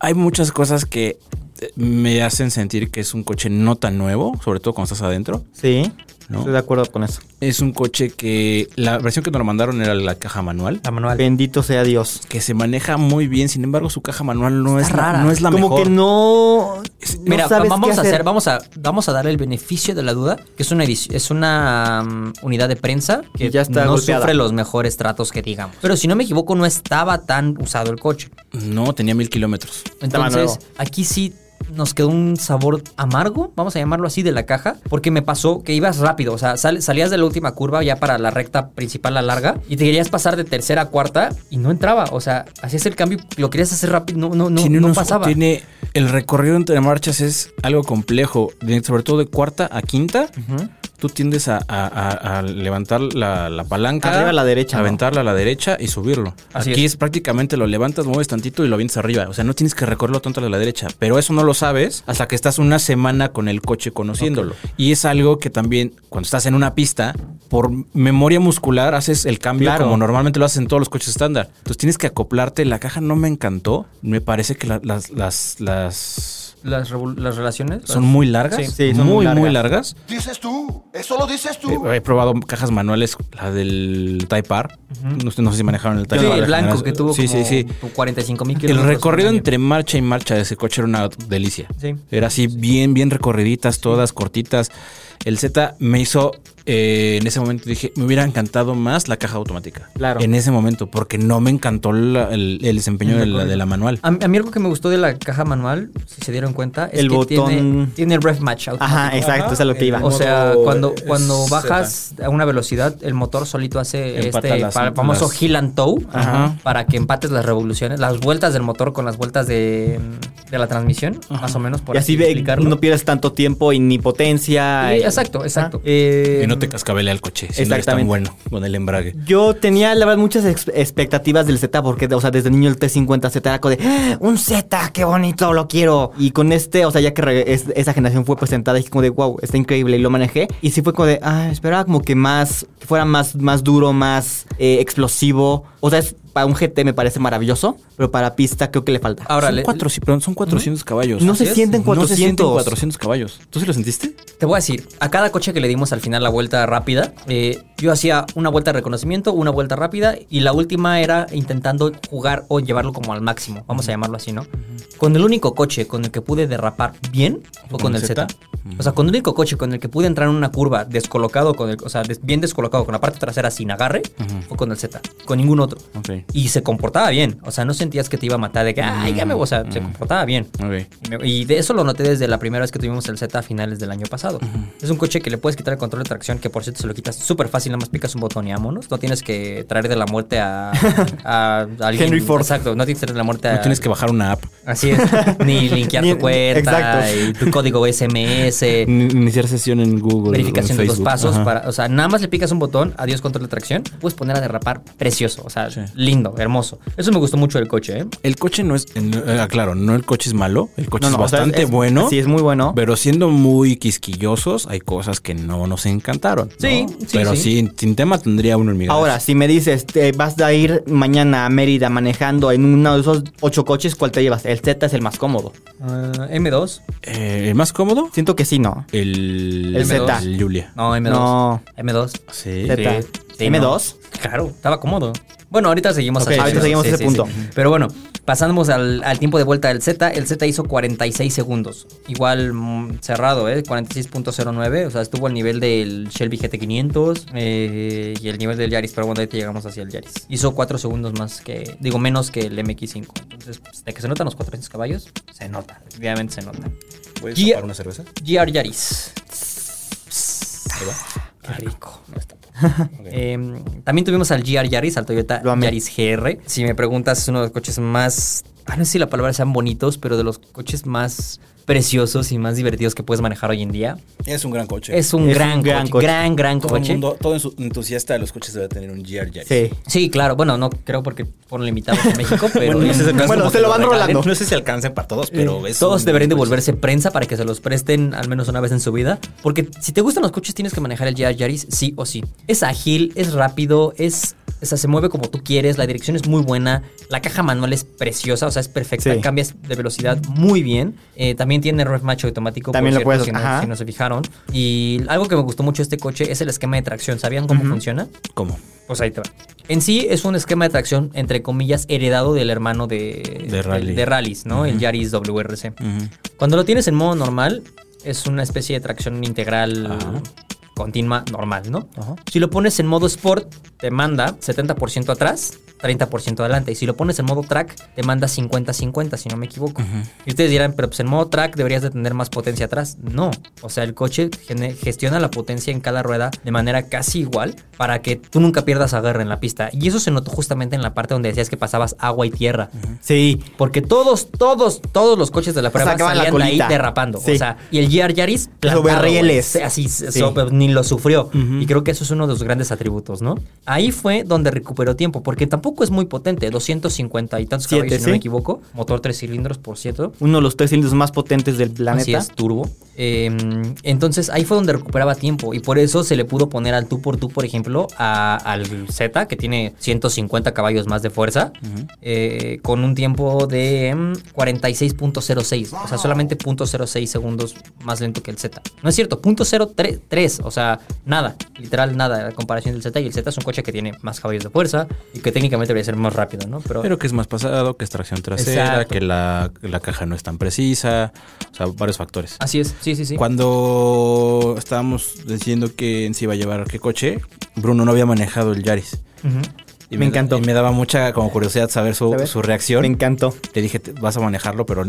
Hay muchas cosas que eh, me hacen sentir que es un coche no tan nuevo, sobre todo cuando estás adentro. Sí, No. estoy de acuerdo con eso. Es un coche que la versión que nos lo mandaron era la caja manual, La manual. Bendito sea Dios. que se maneja muy bien, sin embargo su caja manual no, es, Está la, rara. no es la Como mejor. que no. no Mira, sabes vamos qué a hacer, vamos a, vamos a darle el beneficio de la duda, que es una edici- es una um, unidad de prensa que Y ya está no golpeada. sufre los mejores tratos que digamos. Pero si no me equivoco, no estaba tan usado el coche. No, tenía mil kilómetros. Estaba Entonces, nuevo. aquí sí nos quedó un sabor amargo, vamos a llamarlo así, de la caja, porque me pasó que ibas rápido, o sea, sal- salías de la última curva ya para la recta principal, la larga, y te querías pasar de tercera a cuarta y no entraba, o sea, hacías el cambio, lo querías hacer rápido, no, no, no, tiene no unos- pasaba. tiene- el recorrido entre marchas es algo complejo, de- sobre todo de cuarta a quinta. Tú tiendes a, a- a- a levantar la, la palanca. Arriba a la derecha, ¿no? Aventarla a la derecha y subirlo. Así Aquí es. es. prácticamente lo levantas, mueves tantito y lo avientas arriba. O sea, no tienes que recorrerlo tanto a la derecha. Pero eso no lo sabes hasta que estás una semana con el coche conociéndolo. Y es algo que también, cuando estás en una pista, por memoria muscular haces el cambio Claro. como normalmente lo hacen en todos los coches estándar. Entonces tienes que acoplarte. La caja no me encantó. Me parece que la- las, las, las Las, revol- las relaciones son las- muy largas. Sí. Sí, son muy muy, muy largas. Dices tú, eso lo dices tú. Eh, He, he probado cajas manuales, la del Type R. no, sé- no sé si manejaron el Type Sí, R. el blanco que tuvo Sí, como sí, sí. 45 mil El kilómetros. recorrido Un año. entre marcha y marcha de ese coche era una delicia. Sí. Era así bien, bien recorriditas, todas cortitas. El Z me hizo, eh, en ese momento dije, me hubiera encantado más la caja automática. Claro. En ese momento, porque no me encantó la- el, el desempeño de la, de la manual. A, a mí algo que me gustó de la caja manual, si se dieron cuenta, es El que botón- tiene, tiene el ref match automático. Ajá, exacto, eso es a lo que iba. Eh, O sea, modo cuando, cuando Z. bajas a una velocidad, el motor solito hace Empata este las- pa- famoso las- heel and toe Ajá. para que empates las revoluciones, las vueltas del motor con las vueltas de, de la transmisión, más o menos, por y así ve- explicarlo. no pierdes tanto tiempo y ni potencia. Sí, y- Ah, exacto, exacto. Eh, y no te cascabelea el coche, si no eres tan Exactamente. bueno con el embrague. Yo tenía, la verdad, muchas ex- expectativas del Z, porque, o sea, desde niño el T50Z era como de, "¡Ah! un Z, qué bonito, lo quiero. Y con este, o sea, ya que re- es- esa generación fue presentada, dije como de, wow, está increíble, y lo manejé. Y sí fue como de, ah, esperaba como que más, que fuera más, más duro, más eh, explosivo. O sea, es- para un GT me parece maravilloso, pero para pista creo que le falta. Ahora, son, le- cuatro, sí, perdón, son 400 caballos. No se Así es. sienten No se sienten 400. 400 caballos. ¿Tú sí lo sentiste? Te voy a decir, a cada coche que le dimos al final la vuelta rápida, eh, yo hacía una vuelta de reconocimiento, una vuelta rápida y la última era intentando jugar o llevarlo como al máximo, vamos a llamarlo así, ¿no? Con el único coche con el que pude derrapar bien fue con ¿Con el el Z. Z? O sea, con el único coche con el que pude entrar en una curva descolocado, con el, o sea, des- bien descolocado, con la parte trasera sin agarre, fue con el Z, con ningún otro. Ok. Y se comportaba bien, o sea, no sentías que te iba a matar de que, ay, ya me voy", o sea, se comportaba bien. Ok. Me- Y de eso lo noté desde la primera vez que tuvimos el Z a finales del año pasado. Es un coche que le puedes quitar el control de tracción, que por cierto se lo quitas súper fácil, nada más picas un botón y vámonos. No tienes que traer de la muerte (laughs) a, a alguien. Henry Ford. Exacto, no tienes que traer de la muerte a. No tienes que bajar una app. Así es. (laughs) Ni linkear Ni- tu cuenta, exacto. y tu código SMS. Ni- Iniciar sesión en Google. Verificación en de dos Facebook. pasos Ajá. para, o sea, nada más le picas un botón, adiós control de tracción, puedes poner a derrapar precioso, o sea, lindo, hermoso. Eso me gustó mucho del coche, ¿eh? El coche no es, en- eh, aclaro, no el coche es malo, el coche No, es no, o sea, bastante es- bueno. sí, es muy bueno. Pero siendo muy quisquillosos, hay cosas que no nos encantaron. ¿no? Sí, sí, Pero sí. sin, sin tema tendría uno en mi garage. Ahora, si me dices, te vas a ir mañana a Mérida manejando en uno de esos ocho coches, ¿cuál te llevas? El Z es el más cómodo. Ah, M2. Eh, ¿El más cómodo? Siento que sí, ¿no. El, El Z. el Julia. No, M2. No. M2. Sí. Z. Sí. Sí, M2. no. Claro, estaba cómodo. Bueno, ahorita seguimos Ok, a- ahorita seguimos a ese punto. Pero bueno, pasamos al, al tiempo de vuelta del Z. El Z hizo 46 segundos. Igual mm, cerrado, ¿eh? 46.09. O sea, estuvo al nivel del Shelby GT500 eh, y el nivel del Yaris. Pero bueno, ahorita llegamos hacia el Yaris. Hizo 4 segundos más que, digo, menos que el MX5. Entonces, pues, de que se notan los 400 caballos, se nota. Obviamente se nota. ¿Puedes Gia- tapar una cerveza? GR Yaris. Qué rico. No (laughs) está Eh, también tuvimos al GR Yaris, al Toyota Lo amé. Yaris GR. Si me preguntas, es uno de los coches más. Ah, no sé si la palabra sean bonitos, pero de los coches más preciosos y más divertidos que puedes manejar hoy en día. Es un gran coche. Es un, Es gran, un gran coche, coche. Gran, gran todo coche. el mundo, todo entusiasta de los coches debe tener un GR Yaris. Sí. Sí, claro. Bueno, no creo porque fueron limitados en (laughs) México, pero. no sé si alcanza Bueno, como se que lo lo van regalen. rolando. Eh, No sé si alcancen para todos, pero es Todos un- deberían Pues, de volverse prensa para que se los presten al menos una vez en su vida. Porque si te gustan los coches, tienes que manejar el GR Yaris sí o sí. Es ágil, es rápido, es. O sea, se mueve como tú quieres, la dirección es muy buena, la caja manual es preciosa, o sea, es perfecta, Sí. cambias de velocidad muy bien. Eh, también tiene ref match automático, También lo puedes- si no- ajá. si no se fijaron. Y algo que me gustó mucho de este coche es el esquema de tracción. ¿Sabían cómo funciona? ¿Cómo? Pues ahí te va. En sí es un esquema de tracción, entre comillas, heredado del hermano de, De rally. de rallies, ¿no? El Yaris WRC. Cuando lo tienes en modo normal, es una especie de tracción integral continua normal, ¿no? Si lo pones en modo sport, te manda 70% atrás 30% adelante. Y si lo pones en modo track, te manda 50-50, si no me equivoco. Y ustedes dirán, pero pues en modo track deberías de tener más potencia atrás. No. O sea, el coche gene- gestiona la potencia en cada rueda de manera casi igual para que tú nunca pierdas agarre en la pista. Y eso se notó justamente en la parte donde decías que pasabas agua y tierra. Sí. Porque todos, todos, todos los coches de la prueba Sacaban la salían de ahí colita. derrapando. Sí. O sea, y el GR Yaris Sobre güey. rieles. Así, Sí. sobre- ni lo sufrió. Y creo que eso es uno de los grandes atributos, ¿no? Ahí fue donde recuperó tiempo, porque tampoco es muy potente. 250 y tantos Siete, caballos, si sí. no me equivoco. Motor tres cilindros, por cierto. Uno de los tres cilindros más potentes del planeta. Así es, turbo. Eh, entonces ahí fue donde recuperaba tiempo y por eso se le pudo poner al tú por tú, por ejemplo, a- al Z, que tiene 150 caballos más de fuerza, eh, con un tiempo de mm, 46.06, o sea, solamente 0.06 segundos más lento que el Z. No es cierto, 0.03, o sea, nada, literal nada, a comparación del Z. Y el Z es un coche que tiene más caballos de fuerza y que técnicamente debería ser más rápido, ¿no? Pero que es más pasado, que es tracción trasera, Exacto. que la, la caja no es tan precisa. O sea, varios factores. Ah, Así es, sí, sí, sí. Cuando estábamos diciendo que en sí iba a llevar qué coche, Bruno no había manejado el Yaris. Ujú. Y Me encantó. y me daba mucha como curiosidad saber su, ¿Sabes? su reacción. Me encantó. Le dije, "Te- vas a manejarlo, pero...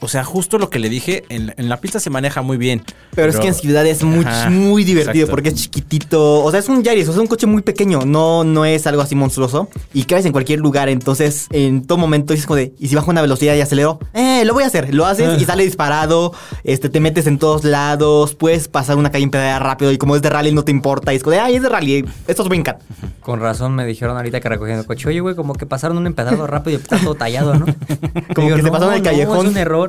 O sea, justo lo que le dije, en, en la pista se maneja muy bien. Pero es que en ciudad es muy, Ajá, muy divertido exacto. porque es chiquitito. O sea, es un Yaris, o sea, es un coche muy pequeño. No, no es algo así monstruoso. Y caes en cualquier lugar. Entonces, en todo momento dices como de, y si bajo una velocidad y acelero, eh, lo voy a hacer. Lo haces y Eh. sale disparado. Este, te metes en todos lados. Puedes pasar una calle empedrada rápido. Y como es de rally, no te importa. Y es como de, ay, es de rally. Estos brincan. Con razón me dijeron ahorita que recogiendo el coche, oye, güey, como que pasaron un empedrado rápido y está todo tallado, (laughs) ¿no? Como que se pasaron el callejón". es un (laughs) error.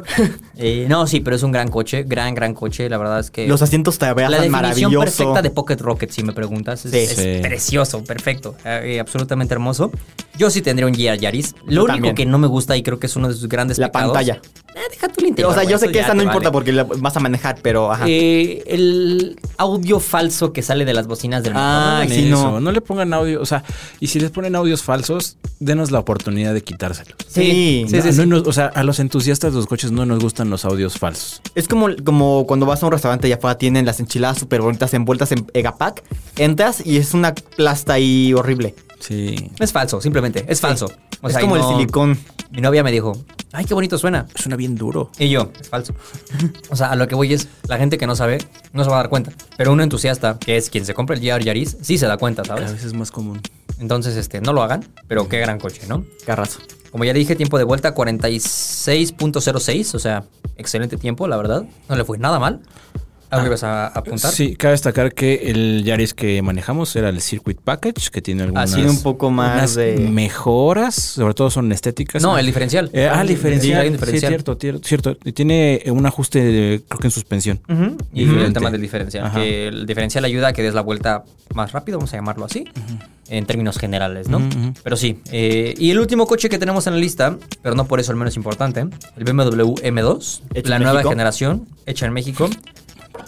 Eh, no, sí, pero es un gran coche, gran, gran coche. La verdad es que. Los asientos te la abrazan definición maravilloso. perfecta de Pocket Rocket, si me preguntas. Es, Sí. es Sí. precioso, perfecto, eh, absolutamente hermoso. Yo sí tendría un GR Yaris. Yo Lo único también. que no me gusta y creo que es uno de sus grandes La pecados- pantalla. Eh, deja tú el interior. o sea, güey, yo sé eso que ya esa te no vale. importa porque la vas a manejar, pero ajá. Eh, el audio falso que sale de las bocinas del motor. Ah, Ay, sí, no. no. no le pongan audio, o sea, y si les ponen audios falsos, denos la oportunidad de quitárselos. Sí, sí, No, sí, no sí. nos- o sea, a los entusiastas de los coches no nos gustan los audios falsos. Es como, como cuando vas a un restaurante y afuera tienen las enchiladas súper bonitas envueltas en egapac. Entras y es una plasta ahí horrible. Sí. Es falso, simplemente. Es falso. O es sea, y como el no- silicón. Mi novia me dijo, ay, qué bonito suena. Suena bien duro. Y yo, es falso. (laughs) O sea, a lo que voy es, la gente que no sabe, no se va a dar cuenta. Pero un entusiasta, que es quien se compra el GR Yaris, sí se da cuenta, Cada ¿sabes? vez es más común. Entonces, este, no lo hagan, pero qué gran coche, ¿no? Carrazo. Como ya le dije, tiempo de vuelta 46.06, o sea, excelente tiempo, la verdad. No le fue nada mal. ¿Algo ibas a apuntar? Ah. Sí, cabe destacar que el Yaris que manejamos era el Circuit Package, que tiene algunas tiene un poco más unas de- mejoras, sobre todo son estéticas. No, el diferencial. Eh, ah, el Sí, diferencial. Sí, el diferencial. cierto, cierto, cierto. Y tiene un ajuste, de- creo que en suspensión. Y el Diferente. tema del diferencial. Ajá. Que el diferencial ayuda a que des la vuelta más rápido, vamos a llamarlo así, en términos generales, ¿no? Pero sí. eh, y el último coche que tenemos en la lista, pero no por eso el menos importante, el BMW M2, Hecho la en nueva México. generación, hecha en México.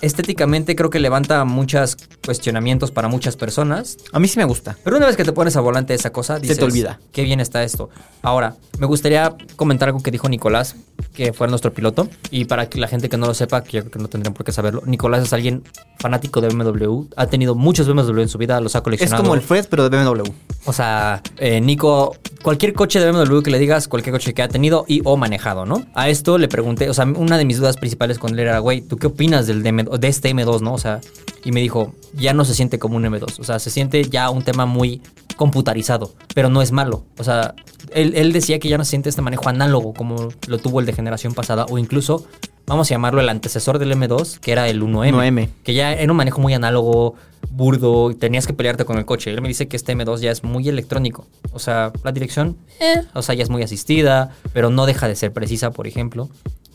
Estéticamente creo que levanta muchos cuestionamientos para muchas personas. A mí sí me gusta. Pero una vez que te pones a volante de esa cosa, dices, te olvida. Qué bien está esto. Ahora, me gustaría comentar algo que dijo Nicolás, que fue nuestro piloto. Y para que la gente que no lo sepa, que yo creo que no tendrían por qué saberlo, Nicolás es alguien fanático de BMW. Ha tenido muchos BMW en su vida, los ha Es coleccionado. como el Fred, pero de BMW. O sea, eh, Nico, cualquier coche de BMW que le digas, cualquier coche que ha tenido y o manejado, ¿no? A esto le pregunté, o sea, una de mis dudas principales con él era, güey, ¿tú qué opinas del DM2 de este M2, no? O sea, y me dijo, ya no se siente como un M2, o sea, se siente ya un tema muy computarizado, pero no es malo. O sea, él, él decía que ya no se siente este manejo análogo como lo tuvo el de generación pasada o incluso... Vamos a llamarlo el antecesor del M2, que era el 1M. 1M. Que ya era un manejo muy análogo, burdo, y tenías que pelearte con el coche. Él me dice que este M2 ya es muy electrónico. O sea, la dirección, eh, o sea, ya es muy asistida, pero no deja de ser precisa, por ejemplo.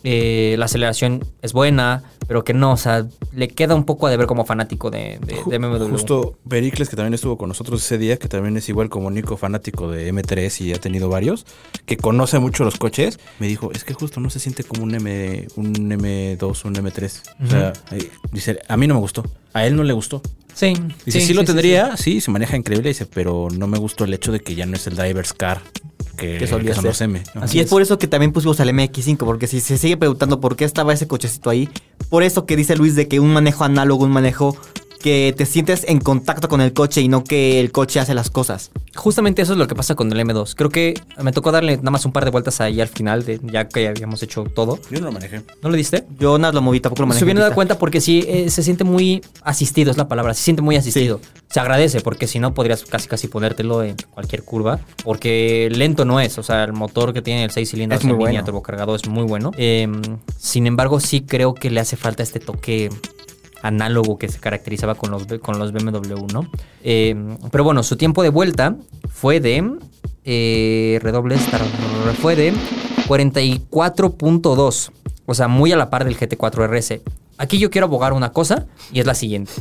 Eh, la aceleración es buena, pero que no, o sea, le queda un poco a deber como fanático de, Eh, de, de BMW. Justo Pericles, que también estuvo con nosotros ese día, que también es igual como Nico, fanático de M3 y ha tenido varios, que conoce mucho los coches, me dijo, es que justo no se siente como un, M, un M2, un M3. O sea, eh, dice, a mí no me gustó, a él no le gustó. Sí, Dice, sí, lo tendría, sí. se maneja increíble, dice, pero no me gustó el hecho de que ya no es el Divers Car, que, Que solía que son ser. los M. ¿no? y es, por eso que también pusimos al MX5, porque si se sigue preguntando por qué estaba ese cochecito ahí, por eso que dice Luis de que un manejo análogo, un manejo que te sientes en contacto con el coche y no que el coche hace las cosas. Justamente eso es lo que pasa con el M2. Creo que me tocó darle nada más un par de vueltas ahí al final, de, ya que habíamos hecho todo. Yo no lo manejé. ¿No lo diste? Yo nada lo moví, tampoco lo manejé. Se en hubieran dado pista. cuenta porque sí, eh, se siente muy asistido, es la palabra, se siente muy asistido. Se agradece porque si no podrías casi casi ponértelo en cualquier curva, porque lento no es, o sea, el motor que tiene el 6 cilindros Es muy en línea bueno. turbocargado es muy bueno. Eh, sin embargo, sí creo que le hace falta este toque análogo que se caracterizaba con los, B- con los BMW, ¿no? Eh, pero bueno, su tiempo de vuelta fue de... Eh, redobles, tar- fue de 44.2. O sea, muy a la par del GT4 RS. Aquí yo quiero abogar una cosa y es la siguiente.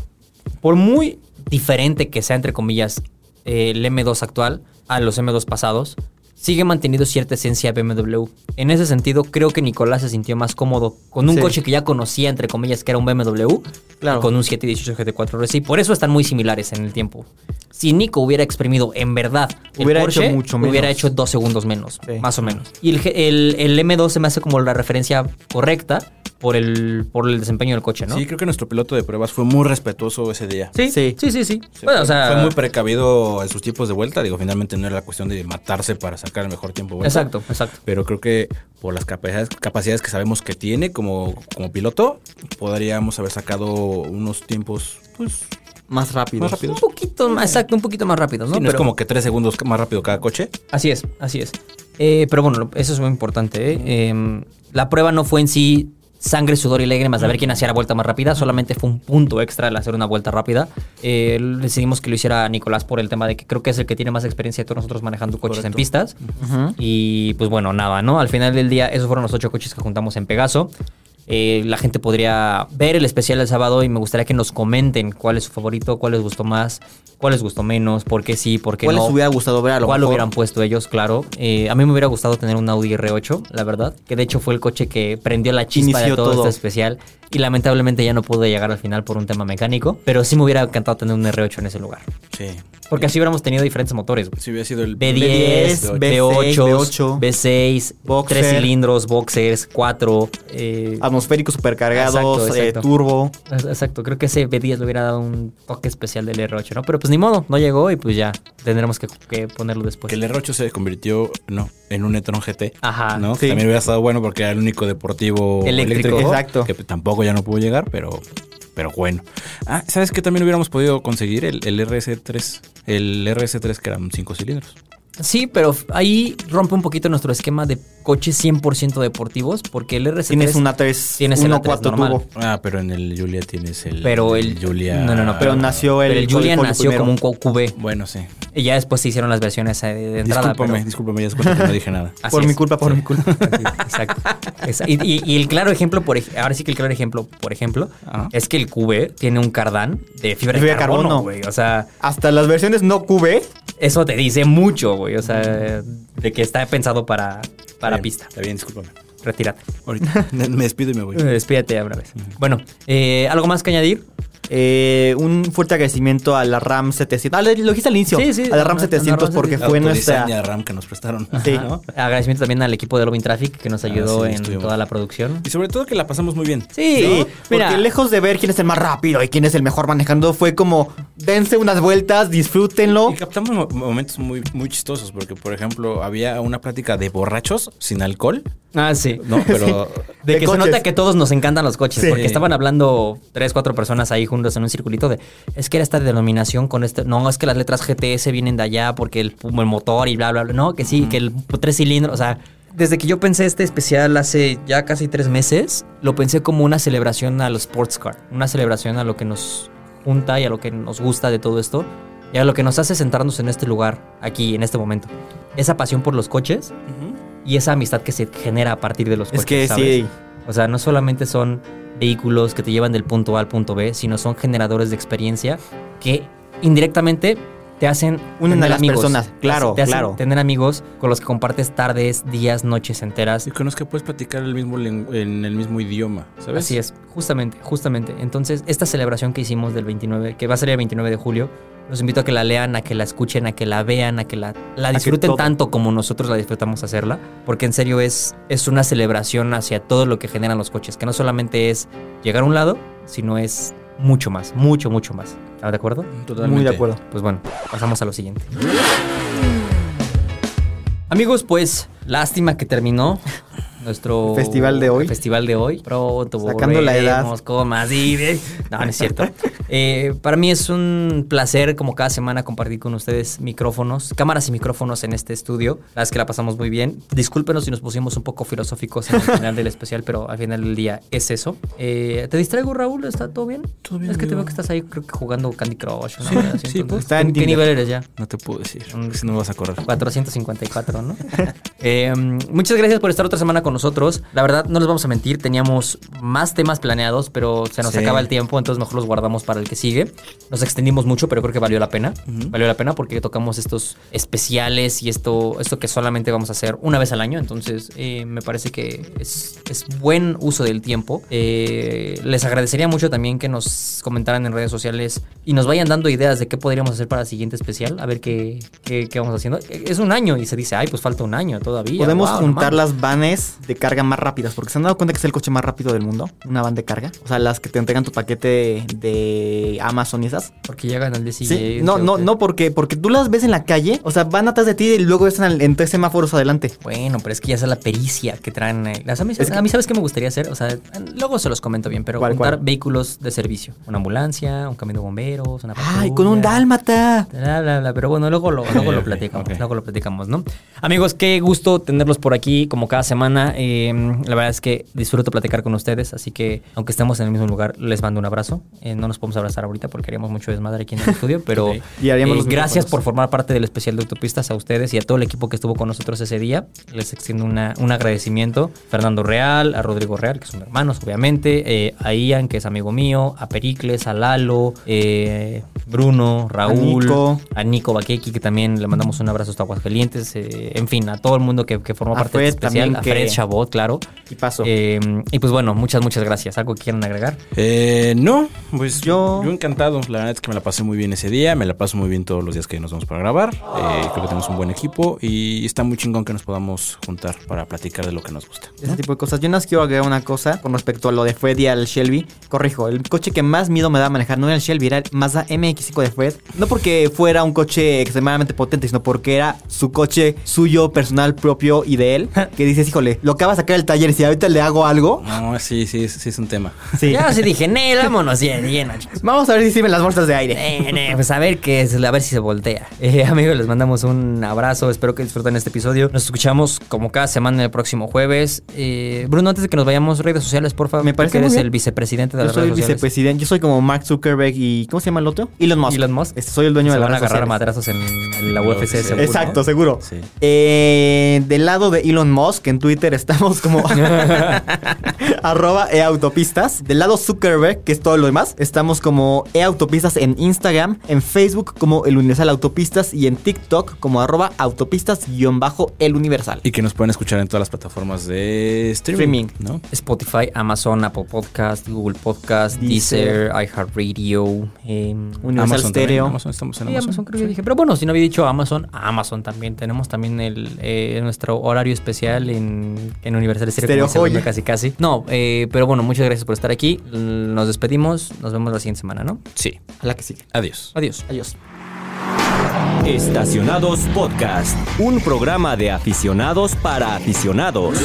Por muy diferente que sea, entre comillas, eh, el M2 actual a los M2 pasados, sigue manteniendo cierta esencia BMW. En ese sentido, creo que Nicolás se sintió más cómodo con un Sí. coche que ya conocía, entre comillas, que era un BMW, Claro. con un 718 GT4 RS. Y por eso están muy similares en el tiempo. Si Nico hubiera exprimido en verdad el Hubiera Porsche, hecho mucho menos. hubiera hecho dos segundos menos, Sí. más o menos. Y el, G- el- el M2 se me hace como la referencia correcta por el, por el desempeño del coche, ¿no? Sí, creo que nuestro piloto de pruebas fue muy respetuoso ese día. Sí, Sí. sí, sí, sí. Se Bueno, fue- o sea, fue muy precavido en sus tiempos de vuelta. Digo, finalmente no era la cuestión de matarse para sacar el mejor tiempo. de vuelta. exacto, exacto. Pero creo que por las capacidades, capacidades que sabemos que tiene como, como piloto, podríamos haber sacado unos tiempos, pues, Más rápido. Más rápido. Un poquito más, exacto, un poquito más rápido, ¿no? sí, no es Pero- como que tres segundos más rápido cada coche. Así es, así es. Eh, pero bueno, lo- eso es muy importante. ¿eh? Eh, la prueba no fue en sí sangre, sudor y lágrimas de ver quién hacía la vuelta más rápida, solamente fue un punto extra el hacer una vuelta rápida. Eh, decidimos que lo hiciera Nicolás por el tema de que creo que es el que tiene más experiencia de todos nosotros manejando coches en pistas. Y pues bueno, nada, ¿no? Al final del día, esos fueron los ocho coches que juntamos en Pegaso. Eh, la gente podría ver el especial el sábado y me gustaría que nos comenten cuál es su favorito, cuál les gustó más, cuál les gustó menos, por qué sí, por qué ¿Cuál no. les hubiera gustado ver a lo ¿Cuál mejor? hubieran puesto ellos? Claro. Eh, a mí me hubiera gustado tener un Audi R8, la verdad. Que de hecho fue el coche que prendió la chispa Inició de todo, todo. este especial. Y lamentablemente ya no pude llegar al final por un tema mecánico. Pero sí me hubiera encantado tener un R8 en ese lugar. Sí. Porque así hubiéramos tenido diferentes motores. güey. Si hubiera sido el B10, B10, B8, B8, B8, B6, Boxer. Ah. 3 cilindros, boxers, 4. eh, Atmosféricos supercargados, Exacto, eh, exacto. turbo. es- Exacto, creo que ese B10 le hubiera dado un toque especial del R8, ¿no? Pero pues ni modo, no llegó y pues ya tendremos que, que ponerlo después. Que el R8 se convirtió, no, en un Etron GT. Ajá, ¿no? sí. Que también hubiera estado bueno porque era el único deportivo Eléctrico. eléctrico. Exacto. Que tampoco ya no pudo llegar, pero, pero bueno. Ah, ¿sabes qué? También hubiéramos podido conseguir el, el RS3. El RS3 que eran cinco cilindros. Sí, pero f- ahí rompe un poquito nuestro esquema de coches 100% deportivos, porque el RC3 Tienes una 3, tienes el A3 normal. turbo. Ah, pero en el Julia tienes el. pero el Julia. Ah, No, no, no, Ah, Pero nació el, pero el Julia Código nació primero. como un QB. Bueno, sí. Y ya después se hicieron las versiones eh, de, entrada. discúlpame, pero- Ah, discúlpame, ya escuché que no (laughs) dije nada. Así Por mi es. culpa, por mi (laughs) culpa. Exacto. Esa- Y, y- y el claro ejemplo, por ej- ahora sí que el claro ejemplo, por ejemplo, Ajá. es que el QB tiene un cardán de fibra de Fibra de carbono, carbono. güey. O sea, Hasta las versiones no QB eso te dice mucho, güey. O sea, de que está pensado para, para Está bien, pista. Está bien, discúlpame. Retírate. (laughs) Ahorita me despido y me voy. Eh, Despídete de una vez. Bueno, eh, ¿algo más que añadir? Eh, un fuerte agradecimiento a la RAM 700. Ah, le- lo dijiste al inicio. Sí, sí, A la a- RAM a la 700 RAM porque La fue autodiseña nuestra. RAM que nos prestaron. Sí. (laughs) ¿no? Agradecimiento también al equipo de Loving Traffic que nos ayudó sí, en estuvimos. toda la producción. Y sobre todo que la pasamos muy bien. Sí, Sí, mira, porque lejos de ver quién es el más rápido y quién es el mejor manejando, fue como dense unas vueltas, disfrútenlo. Y captamos mo- momentos muy, muy chistosos, porque, por ejemplo, había una plática de borrachos sin alcohol, ah, sí. ¿no? Pero De De que coches. se nota que todos nos encantan los coches, Sí. porque estaban hablando tres, cuatro personas ahí juntos en un circulito de, es que era esta denominación con este, no, es que las letras GTS vienen de allá porque el, el motor y bla, bla, bla, no, que sí, que el tres cilindros, o sea, desde que yo pensé este especial hace ya casi tres meses, lo pensé como una celebración a los sports car, una celebración a lo que nos junta y a lo que nos gusta de todo esto, y a lo que nos hace sentarnos en este lugar, aquí, en este momento. Esa pasión por los coches y esa amistad que se genera a partir de los coches. Es que ¿sabes? sí. O sea, no solamente son vehículos que te llevan del punto A al punto B, sino son generadores de experiencia que indirectamente te hacen Unen tener a las personas, claro, te hacen claro. tener amigos con los que compartes tardes, días, noches enteras. sí conozco que puedes platicar el mismo lengu- en el mismo idioma, ¿sabes? Así es, justamente, justamente. Entonces, esta celebración que hicimos del 29, que va a ser el 29 de julio, los invito a que la lean, a que la escuchen, a que la vean, a que la, la que disfruten todo. tanto como nosotros la disfrutamos hacerla, porque en serio es, es una celebración hacia todo lo que generan los coches, que no solamente es llegar a un lado, sino es mucho más, mucho, mucho más. ¿Están de acuerdo? Totalmente. Muy de acuerdo. Pues bueno, pasamos a lo siguiente. Amigos, pues lástima que terminó nuestro Festival de hoy. Festival de hoy. Pronto Sacando la edad. volveremos con más y de- No, no es cierto. Eh, para mí es un placer como cada semana compartir con ustedes micrófonos, cámaras y micrófonos en este estudio. La verdad es que la pasamos muy bien. Discúlpenos si nos pusimos un poco filosóficos (laughs) en el final del especial, pero al final del día es eso. Eh, ¿Te distraigo, Raúl? ¿Está todo bien? Todo bien, Es que te amigo. veo que estás ahí creo que jugando Candy Crush. ¿no? Sí, Así, sí, entonces, pues. Está en ¿Qué Tinder. nivel eres ya? No te puedo decir. Si no me vas a correr. 454, ¿no? (laughs) Eh, muchas gracias por estar otra semana con nosotros. La verdad, no les vamos a mentir, teníamos más temas planeados, pero se nos Sí. acaba el tiempo, entonces mejor los guardamos para el que sigue. Nos extendimos mucho, pero creo que valió la pena. Valió la pena porque tocamos estos especiales y esto, esto que solamente vamos a hacer una vez al año, entonces eh, me parece que es, es buen uso del tiempo. Eh, les agradecería mucho también que nos comentaran en redes sociales y nos vayan dando ideas de qué podríamos hacer para el siguiente especial, a ver qué, qué, qué vamos haciendo. Es un año y se dice, ay, pues falta un año todavía. Podemos Wow, no juntar mames. las vanes de carga más rápidas, porque se han dado cuenta que es el coche más rápido del mundo, una van de carga. O sea, las que te entregan tu paquete de Amazon y esas. Porque llegan al día Sí, siguiente. no, no, o te- no, porque, porque tú las ves en la calle, o sea, van atrás de ti y luego están al- en tres semáforos adelante. Bueno, pero es que ya esa es la pericia que traen. eh. Las- A mí, Es que- a mí, ¿sabes qué me gustaría hacer? O sea, luego se los comento bien, pero ¿Cuál, juntar cuál? vehículos de servicio. Una ambulancia, un camión de bomberos, una ¡Ay, con un patrulla. dálmata! Bla, bla, bla, pero bueno, luego lo, luego Ok, lo ok, platicamos, ok. luego lo platicamos, ¿no? Amigos, qué gusto tenerlos por aquí como cada semana. Eh, la verdad es que disfruto platicar con ustedes, así que aunque estemos en el mismo lugar, les mando un abrazo. Eh, no nos podemos abrazar ahorita porque haríamos mucho desmadre aquí en el estudio, pero Ok. Y haríamos eh, los gracias micrófonos. por formar parte del especial de Autopistas a ustedes y a todo el equipo que estuvo con nosotros ese día. Les extiendo una- un agradecimiento. Fernando Real, a Rodrigo Real, que son hermanos, obviamente, eh, a Ian, que es amigo mío, a Pericles, a Lalo, eh, Bruno, Raúl. Raúl, a Nico, Nico. Baqueki, que también le mandamos un abrazo hasta Aguascalientes, eh, en fin, a todo el mundo que, que formó A parte del Fred especial, también a que- Fred Chabot, claro. Y paso. Eh, y pues bueno, muchas, muchas gracias. ¿Algo que quieran agregar? Eh, no, pues Yo- yo... encantado. La verdad es que me la pasé muy bien ese día. Me la paso muy bien todos los días que nos vamos para grabar. Eh, creo que tenemos un buen equipo y está muy chingón que nos podamos juntar para platicar de lo que nos gusta. Ese tipo de cosas. Yo nada más quiero agregar una cosa con respecto a lo de Fred y al Shelby. Corrijo, el coche que más miedo me daba manejar no era el Shelby, era el Mazda MX5 de Fred. No porque fuera un coche extremadamente potente, sino porque era su coche suyo, personal, propio (laughs) y de él. Que dices, híjole, lo acaba de sacar del taller y si ahorita le hago algo. No, sí, sí, sí es un tema. Sí. Ya sí dije, nee, vámonos, bien, bien, chicos. Vamos a ver si sirven las bolsas de aire. Eh, eh, pues (laughs) a ver qué es, a ver si se voltea. Eh, amigos, les mandamos un abrazo. Espero que disfruten este episodio. Nos escuchamos como cada semana el próximo jueves. Eh, Bruno, antes de que nos vayamos, redes sociales, por favor. Me tú parece que muy eres bien. el vicepresidente de Yo las soy el redes sociales. vicepresidente, yo soy como Mark Zuckerberg y ¿cómo se llama el otro? Elon Musk. Elon Musk. Este, soy el dueño Se de la van a agarrar a madrazos en, en la Lo UFC, que sea. seguro. Exacto, ¿no? seguro. Sí. Eh, del lado de Elon Musk, en Twitter estamos (laughs) como arroba eautopistas. Del lado Zuckerberg, que es todo lo demás, estamos como eautopistas en Instagram, en Facebook como el Universal Autopistas y en TikTok como arroba autopistas-el Universal. Y que nos pueden escuchar en todas las plataformas de streaming. Streaming. ¿no? Spotify, Amazon, Apple Podcast, Google Podcast, Deezer, Deezer. iHeartRadio. Eh, Universal Amazon también, Stereo. Amazon, estamos en sí, Amazon. Amazon creo que dije. Pero bueno, si no había dicho Amazon, a Amazon también. Tenemos también el, eh, nuestro horario especial en, en Universal Stereo. Stereo como se llama joya. Casi, casi. No, eh, pero bueno, muchas gracias por estar aquí. L- Nos despedimos. Nos vemos la siguiente semana, ¿no? Sí. A la que sigue. Adiós. Adiós. Adiós. Estacionados Podcast, un programa de aficionados para aficionados.